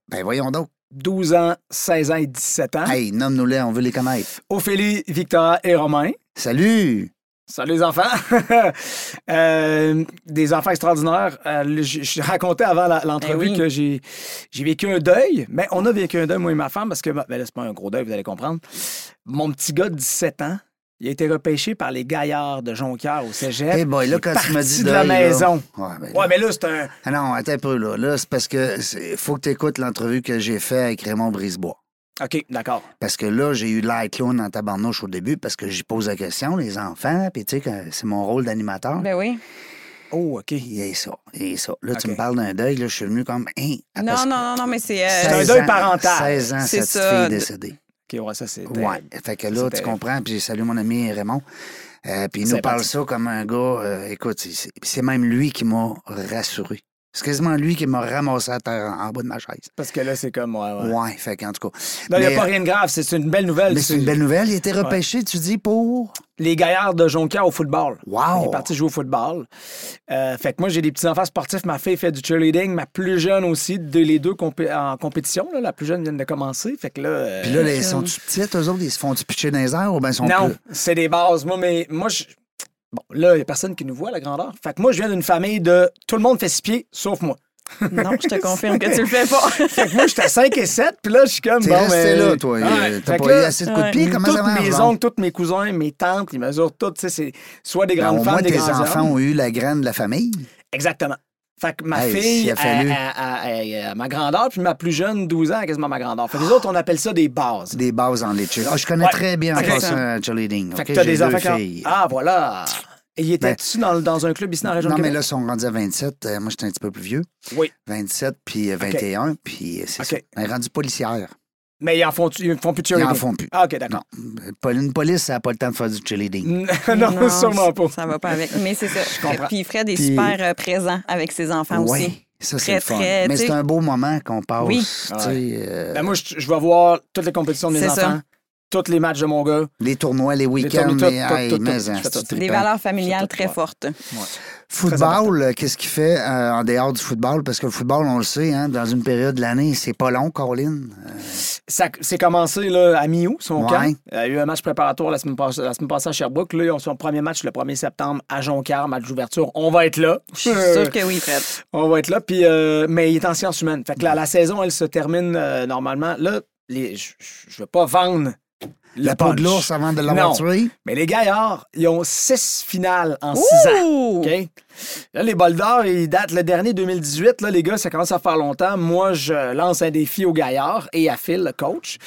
Speaker 1: ben voyons donc.
Speaker 3: 12 ans, 16 ans et 17
Speaker 2: Hein?
Speaker 3: ans.
Speaker 1: Hey, nomme-nous-les, on veut les connaître.
Speaker 3: Ophélie, Victor et Romain.
Speaker 1: Salut!
Speaker 3: Salut les enfants. Euh, des enfants extraordinaires. Euh, le- je, je racontais avant la- l'entrevue
Speaker 1: Eh
Speaker 2: Ben oui.
Speaker 3: que j'ai, j'ai vécu un deuil. Mais on a vécu un deuil, moi et ma femme, parce que ben, là, c'est pas un gros deuil, vous allez comprendre. Mon petit gars de 17 ans, il a été repêché par les gaillards de Jonquière au Cégep.
Speaker 1: Eh boy, là,
Speaker 3: Il est
Speaker 1: quand tu me
Speaker 3: parti
Speaker 1: dis
Speaker 3: de la
Speaker 1: deuil, là.
Speaker 3: maison.
Speaker 1: Ouais, ben, là.
Speaker 3: Ouais, mais là, c'est un.
Speaker 1: Ah non, attends un peu, là. Là, c'est parce que c'est- faut que tu écoutes l'entrevue que j'ai faite avec Raymond Brisebois.
Speaker 3: OK, d'accord.
Speaker 1: Parce que là, j'ai eu l'air clown en tabarnouche au début parce que j'y pose la question, les enfants, puis tu sais, que c'est mon rôle d'animateur.
Speaker 2: Ben oui.
Speaker 3: Oh, OK.
Speaker 1: Il est ça, il est ça. Là, tu
Speaker 3: Ok.
Speaker 1: me parles d'un deuil, là, je suis venu comme... Hein, ah, parce
Speaker 2: Non,
Speaker 1: que
Speaker 2: non, non, mais c'est. euh,
Speaker 3: C'est un
Speaker 1: 16
Speaker 3: deuil
Speaker 1: ans-
Speaker 3: parental.
Speaker 1: 16 ans,
Speaker 2: C'est
Speaker 1: cette
Speaker 2: ça,
Speaker 1: fille est
Speaker 2: de-
Speaker 1: décédée.
Speaker 3: OK, ouais, ça, c'est.
Speaker 1: Ouais. Fait que là,
Speaker 3: C'était-
Speaker 1: tu comprends, puis j'ai salué mon ami Raymond. Euh, puis il nous
Speaker 3: Sympathique.
Speaker 1: parle ça comme un gars... euh, écoute, c'est- c'est c'est même lui qui m'a rassuré. C'est quasiment lui qui m'a ramassé à terre en, en bas de ma chaise.
Speaker 3: Parce que là, c'est comme. Ouais, ouais.
Speaker 1: Ouais, fait qu'en tout cas...
Speaker 3: Non, il n'y
Speaker 1: mais-
Speaker 3: a pas rien de grave. C'est une belle nouvelle.
Speaker 1: Mais c'est une belle nouvelle, il a été repêché, tu dis, pour...
Speaker 3: Les gaillards de Jonquière au football.
Speaker 1: Wow!
Speaker 3: Il est parti jouer au football. Euh, fait que moi, j'ai des petits-enfants sportifs. Ma fille fait du cheerleading. Ma plus jeune aussi, de, les deux compé- en compétition. là. la plus jeune vient de commencer. Fait que là... euh,
Speaker 1: Puis là, les- sont-tu petites, eux autres? Ils se font-tu pitcher dans les airs ou bien sont
Speaker 3: non,
Speaker 1: plus-
Speaker 3: c'est des bases. Moi, mais moi, je... Bon, là, il n'y a personne qui nous voit, la grandeur. Fait que moi, je viens d'une famille de... Tout le monde fait six pieds, sauf moi.
Speaker 2: Non, je te confirme que tu le fais pas.
Speaker 3: Fait que moi, j'étais à 5 et 7, puis là, je suis comme...
Speaker 1: T'es
Speaker 3: bon,
Speaker 1: resté
Speaker 3: mais-
Speaker 1: là, toi.
Speaker 3: Ouais.
Speaker 1: euh,
Speaker 3: Fait
Speaker 1: T'as
Speaker 3: que
Speaker 1: pas
Speaker 3: là,
Speaker 1: eu assez de coups de pied?
Speaker 2: ouais.
Speaker 1: Comment ça
Speaker 3: Toutes
Speaker 1: marche?
Speaker 3: mes
Speaker 1: genre?
Speaker 3: oncles, tous mes cousins, mes tantes, ils mesurent toutes, tu sais, c'est soit des
Speaker 1: Ben,
Speaker 3: grandes
Speaker 1: au
Speaker 3: femmes,
Speaker 1: moins,
Speaker 3: des
Speaker 1: tes
Speaker 3: grands
Speaker 1: enfants
Speaker 3: hommes.
Speaker 1: ont eu la graine de la famille.
Speaker 3: Exactement. Fait que ma
Speaker 1: Hey,
Speaker 3: fille,
Speaker 1: s'il a fallu.
Speaker 3: à- à- à- à- à ma grandeur, puis ma plus jeune, 12 ans, quasiment ma grandeur. Fait que les autres, on appelle ça des bases.
Speaker 1: Des bases en lit. Ah, je connais
Speaker 3: Ouais,
Speaker 1: très bien en
Speaker 3: exactement.
Speaker 1: passant un cheerleading.
Speaker 3: Fait que
Speaker 1: ok?
Speaker 3: t'as
Speaker 1: J'ai
Speaker 3: des
Speaker 1: deux
Speaker 3: enfants qui ont-
Speaker 1: filles. Ben,
Speaker 3: Ah, voilà! Il était-tu dans, dans un club ici dans la région
Speaker 1: Non,
Speaker 3: de
Speaker 1: mais
Speaker 3: Québec?
Speaker 1: là, ils sont rendus à 27. euh, moi, j'étais un petit peu plus vieux.
Speaker 3: Oui.
Speaker 1: 27, puis euh, 21, puis euh, c'est
Speaker 3: OK.
Speaker 1: ça. Un rendu policière.
Speaker 3: Mais ils en font, ils font plus de
Speaker 1: Ils en
Speaker 3: cheerleading.
Speaker 1: font plus.
Speaker 3: Ah, OK, d'accord.
Speaker 1: Non. Une police, ça n'a pas le temps de faire du cheerleading.
Speaker 3: Non, sûrement pas.
Speaker 2: Ça va pas avec. Mais c'est ça. Je
Speaker 3: comprends.
Speaker 2: Puis Fred est
Speaker 1: Puis-
Speaker 2: super euh, présent avec ses enfants aussi.
Speaker 1: Oui, ça, c'est
Speaker 2: Très,
Speaker 1: le fun.
Speaker 2: très,
Speaker 1: mais
Speaker 2: tu sais-
Speaker 1: c'est un beau moment qu'on passe.
Speaker 2: Oui.
Speaker 1: tu sais, euh,
Speaker 3: Ben, moi, je, je vais voir toutes les compétitions de mes
Speaker 2: C'est
Speaker 3: enfants,
Speaker 2: ça.
Speaker 3: tous les matchs de mon gars.
Speaker 1: les tournois, les week-ends,
Speaker 3: tournois, tout,
Speaker 1: mais,
Speaker 3: tout,
Speaker 1: hey,
Speaker 3: tout, tout.
Speaker 1: mais,
Speaker 3: Je
Speaker 1: hein,
Speaker 3: fais tout.
Speaker 1: c'est
Speaker 2: Des
Speaker 1: trippant.
Speaker 2: valeurs familiales
Speaker 3: C'est tout,
Speaker 2: très
Speaker 3: ouais.
Speaker 2: fortes.
Speaker 1: Football, euh, qu'est-ce qu'il fait euh, en dehors du football? Parce que le football, on le sait, hein, dans une période de l'année, c'est pas long, Colin.
Speaker 3: Ça- C'est commencé là, à mi-août, son
Speaker 1: Ouais.
Speaker 3: camp. Euh, Il y a eu un match préparatoire la semaine, passe- la semaine passée à Sherbrooke. Là, ils ont son premier match le 1er septembre à Jonquière, match d'ouverture. On va être là.
Speaker 2: Je suis sûre que oui, Fred.
Speaker 3: On va être là, puis euh, mais il est en sciences humaines. Fait que là, la saison, elle se termine euh, normalement. Là, les, je ne veux pas vendre le
Speaker 1: La peau de
Speaker 3: punch.
Speaker 1: l'ours hein. avant de
Speaker 3: Non.
Speaker 1: l'avoir tué.
Speaker 3: Mais les gaillards, ils ont six finales en six ans.
Speaker 2: Ouh!
Speaker 3: OK? Là, les Boldeurs, ils datent le dernier 2018. Là, les gars, ça commence à faire longtemps. Moi, je lance un défi aux gaillards et à Phil, le coach.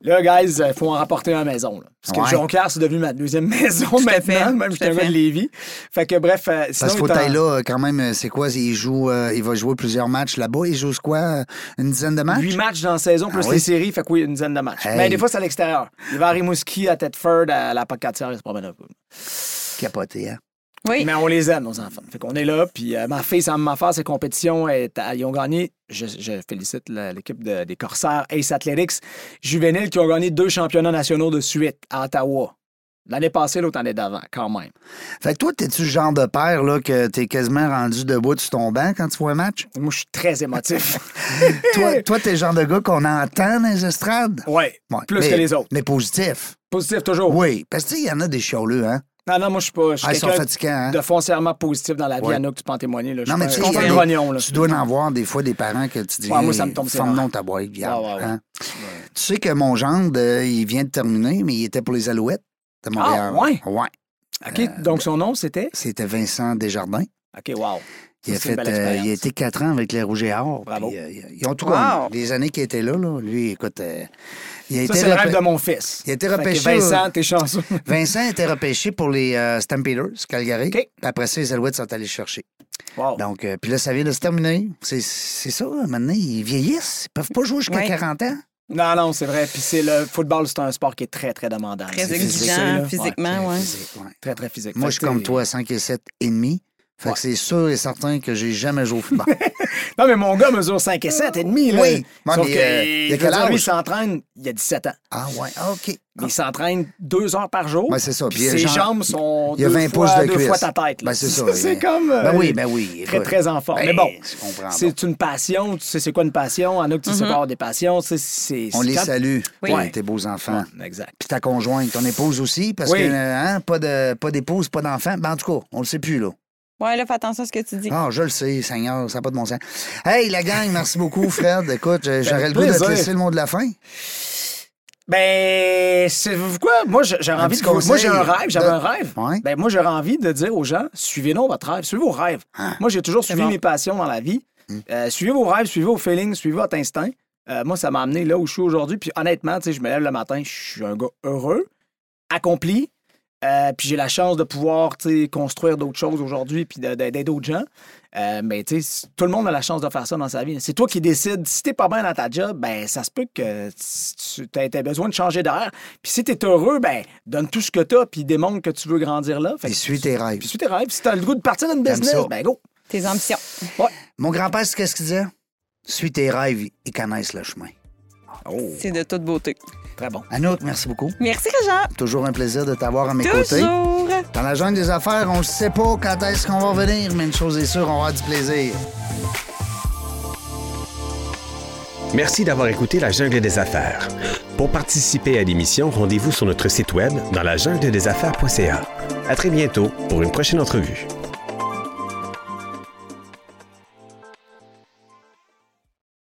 Speaker 3: Là, guys, il faut en rapporter un à la maison. là. Parce que
Speaker 1: Ouais.
Speaker 3: Jonquière, c'est devenu ma deuxième maison
Speaker 2: à
Speaker 3: maintenant,
Speaker 2: fait,
Speaker 3: même
Speaker 2: tout
Speaker 3: j'étais un
Speaker 2: à
Speaker 3: gars de
Speaker 2: fait.
Speaker 3: Lévis. Fait que bref, euh, sinon,
Speaker 1: Parce qu'il faut
Speaker 3: il est en-
Speaker 1: taille là, euh, quand même, euh, c'est quoi? Il joue, euh, il va jouer plusieurs matchs là-bas. Il joue quoi? euh, Une dizaine de matchs?
Speaker 3: 8 matchs dans la saison, plus
Speaker 1: Ah oui?
Speaker 3: les séries, fait que oui, une dizaine de matchs.
Speaker 1: Hey.
Speaker 3: Mais des fois, c'est à l'extérieur. Il va à Rimouski, à Tedford, à la Pocatière, il se promène un peu.
Speaker 1: Capoté, hein?
Speaker 2: Oui.
Speaker 3: Mais on les aime, nos enfants. Fait qu'on est là, puis euh, ma fille, ça m'a fait ses compétitions. est à- ils ont gagné, je, je félicite la- l'équipe de- des Corsaires Ace Athletics juvéniles qui ont gagné deux championnats nationaux de suite à Ottawa. L'année passée, l'autre année d'avant, quand même.
Speaker 1: Fait que toi, t'es-tu le genre de père là, que t'es quasiment rendu debout sur ton banc quand tu vois un match?
Speaker 3: Moi, je suis très émotif. Eh!
Speaker 1: toi, toi, t'es le genre de gars qu'on entend dans les estrades?
Speaker 3: ouais,
Speaker 1: Ouais,
Speaker 3: plus
Speaker 1: mais-
Speaker 3: que les autres.
Speaker 1: Mais positif.
Speaker 3: Positif toujours.
Speaker 1: Oui. Parce que, tu sais, il y en a des chioleux, hein?
Speaker 3: Non, non, moi, je suis pas. Je suis
Speaker 1: Ah, ils sont
Speaker 3: quelqu'un
Speaker 1: fatigants, hein?
Speaker 3: de foncièrement positif dans la vie,
Speaker 1: Ouais.
Speaker 3: Anouk, tu peux en témoigner. Là. Je
Speaker 1: Non,
Speaker 3: suis
Speaker 1: mais
Speaker 3: pas-
Speaker 1: tu sais,
Speaker 3: je suis
Speaker 1: il
Speaker 3: pas
Speaker 1: y
Speaker 3: un
Speaker 1: a des-
Speaker 3: rognon, là.
Speaker 1: Tu dois en voir des fois des parents que tu dis.
Speaker 3: Ouais, moi, ça me tombe sur
Speaker 1: Ferme
Speaker 3: les
Speaker 1: donc ta boîte, regarde,
Speaker 3: Ouais, ouais, ouais.
Speaker 1: hein. Tu sais que mon gendre, euh, il vient de terminer, mais il était pour les Alouettes de Montréal.
Speaker 3: Ah, ouais?
Speaker 1: Ouais.
Speaker 3: OK,
Speaker 1: Euh,
Speaker 3: donc son nom, c'était?
Speaker 1: C'était Vincent Desjardins.
Speaker 3: OK, wow.
Speaker 1: Il
Speaker 3: Ça,
Speaker 1: a,
Speaker 3: c'est une
Speaker 1: fait,
Speaker 3: belle
Speaker 1: euh,
Speaker 3: expérience.
Speaker 1: il a été quatre ans avec les Rouges et Or.
Speaker 3: Bravo.
Speaker 1: puis, euh, ils ont tout
Speaker 2: Wow.
Speaker 1: gagné. Les années qu'il était là, là, lui, écoute, euh, il a
Speaker 3: Ça,
Speaker 1: été
Speaker 3: c'est le
Speaker 1: repê-
Speaker 3: rêve de mon fils.
Speaker 1: Il a été
Speaker 3: Fait que
Speaker 1: repêché,
Speaker 3: Vincent,
Speaker 1: euh,
Speaker 3: t'es chanceux.
Speaker 1: Vincent a été repêché pour les euh, Stampeders, Calgary.
Speaker 3: OK.
Speaker 1: Puis Après ça, les Alouettes sont allés le chercher.
Speaker 3: Wow.
Speaker 1: Donc, euh, puis là, ça vient de se terminer. C'est c'est ça, hein. maintenant, ils vieillissent. Ils peuvent pas jouer jusqu'à
Speaker 2: Ouais.
Speaker 1: 40 ans.
Speaker 3: Non, non, c'est vrai. Puis c'est le football, c'est un sport qui est très, très demandant.
Speaker 2: Très
Speaker 3: C'est
Speaker 1: exigeant,
Speaker 3: physique, là.
Speaker 2: physiquement,
Speaker 3: Ben Ouais,
Speaker 2: ouais.
Speaker 3: physique.
Speaker 1: Ouais.
Speaker 3: Très, très physique.
Speaker 1: Moi,
Speaker 3: Fait
Speaker 1: je suis
Speaker 3: que
Speaker 1: comme
Speaker 3: t'es-
Speaker 1: toi, à 5 et 7 et demi. Fait
Speaker 3: Ouais.
Speaker 1: que c'est sûr et certain que j'ai jamais joué au football.
Speaker 3: Non, mais mon gars mesure 5 et 7 et demi. Là.
Speaker 1: Oui. Ouais,
Speaker 3: Sauf
Speaker 1: mais,
Speaker 3: que,
Speaker 1: euh, il a quel
Speaker 3: je veux dire, lui, il
Speaker 1: âge?
Speaker 3: s'entraîne, il a 17 ans.
Speaker 1: ah ouais, ah, OK.
Speaker 3: Mais il s'entraîne deux heures par jour.
Speaker 1: Ouais, c'est ça.
Speaker 3: Puis
Speaker 1: Puis, euh,
Speaker 3: ses
Speaker 1: genre,
Speaker 3: jambes sont
Speaker 1: il y a
Speaker 3: deux
Speaker 1: 20
Speaker 3: fois,
Speaker 1: pouces de
Speaker 3: deux
Speaker 1: cuisse.
Speaker 3: fois ta tête. là.
Speaker 1: Ben, c'est ça,
Speaker 3: c'est
Speaker 1: ben-
Speaker 3: comme... euh,
Speaker 1: Ben oui, ben oui.
Speaker 3: Très,
Speaker 1: écoute.
Speaker 3: très en forme.
Speaker 1: Ben,
Speaker 3: mais bon,
Speaker 1: je comprends, bon.
Speaker 3: c'est une passion. Tu sais, c'est quoi une passion? Anouk,
Speaker 2: Mm-hmm.
Speaker 3: tu sais pas avoir des passions. Tu sais, c'est-
Speaker 1: On
Speaker 3: c'est
Speaker 1: les
Speaker 3: quand-
Speaker 1: salue, hein.
Speaker 2: Oui.
Speaker 1: tes- tes beaux enfants.
Speaker 3: Ouais, exact.
Speaker 1: Puis ta conjointe, ton épouse aussi, parce
Speaker 3: Oui.
Speaker 1: que, euh, hein, pas de- pas d'épouse, pas d'enfant. Ben, en tout cas, on le sait plus, là.
Speaker 2: Ouais, là, fais attention à ce que tu dis.
Speaker 1: Ah, je le sais, Seigneur, ça n'a pas de bon sens. Hey, la gang, merci beaucoup, Fred. Écoute, j'ai- j'aurais le goût de te
Speaker 3: plaisir.
Speaker 1: laisser le mot de la fin.
Speaker 3: Ben, c'est vous quoi? Moi, j'ai- j'aurais
Speaker 1: Un
Speaker 3: envie
Speaker 1: petit
Speaker 3: de. vous- Moi, j'ai un
Speaker 1: conseil
Speaker 3: rêve, j'avais
Speaker 1: de-
Speaker 3: un rêve.
Speaker 1: Ouais.
Speaker 3: Ben, moi, j'aurais envie de dire aux gens, suivez non votre rêve, suivez vos rêves.
Speaker 1: Ah.
Speaker 3: Moi, j'ai toujours suivi
Speaker 2: bon.
Speaker 3: mes passions dans la vie. Euh, suivez vos rêves, suivez vos feelings, suivez votre instinct. Euh, moi, ça m'a amené là où je suis aujourd'hui. Puis honnêtement, tu sais, je me lève le matin, je suis un gars heureux, accompli. Euh, puis j'ai la chance de pouvoir tu sais, construire d'autres choses aujourd'hui puis de- de- d'aider d'autres gens. Euh, mais tu sais, tout le monde a la chance de faire ça dans sa vie. C'est toi qui décides. Si t'es pas bien dans ta job, ben ça se peut que tu aies besoin de changer d'air. Puis si t'es heureux, ben donne tout ce que t'as puis démontre que tu veux grandir là. Fait
Speaker 1: Puis
Speaker 3: que-
Speaker 1: suis tes rêves.
Speaker 3: puis suis tes rêves. Si t'as le goût de partir dans une
Speaker 1: J'aime
Speaker 3: business,
Speaker 1: ça.
Speaker 3: ben go.
Speaker 2: Tes ambitions.
Speaker 3: Ouais.
Speaker 1: Mon grand-père, c'est qu'est-ce qu'il disait? Suis tes rêves, ils connaissent le chemin. Oh.
Speaker 2: C'est de toute beauté.
Speaker 3: Très bon.
Speaker 1: Anouk, merci beaucoup.
Speaker 2: Merci, Réjean.
Speaker 1: Toujours un plaisir de t'avoir à mes côtés.
Speaker 2: Toujours.
Speaker 1: Dans la jungle des affaires, on ne sait pas quand est-ce qu'on va revenir, mais une chose est sûre, on aura du plaisir.
Speaker 4: Merci d'avoir écouté La Jungle des Affaires. Pour participer à l'émission, rendez-vous sur notre site web dans la jungle des affaires.ca. À très bientôt pour une prochaine entrevue.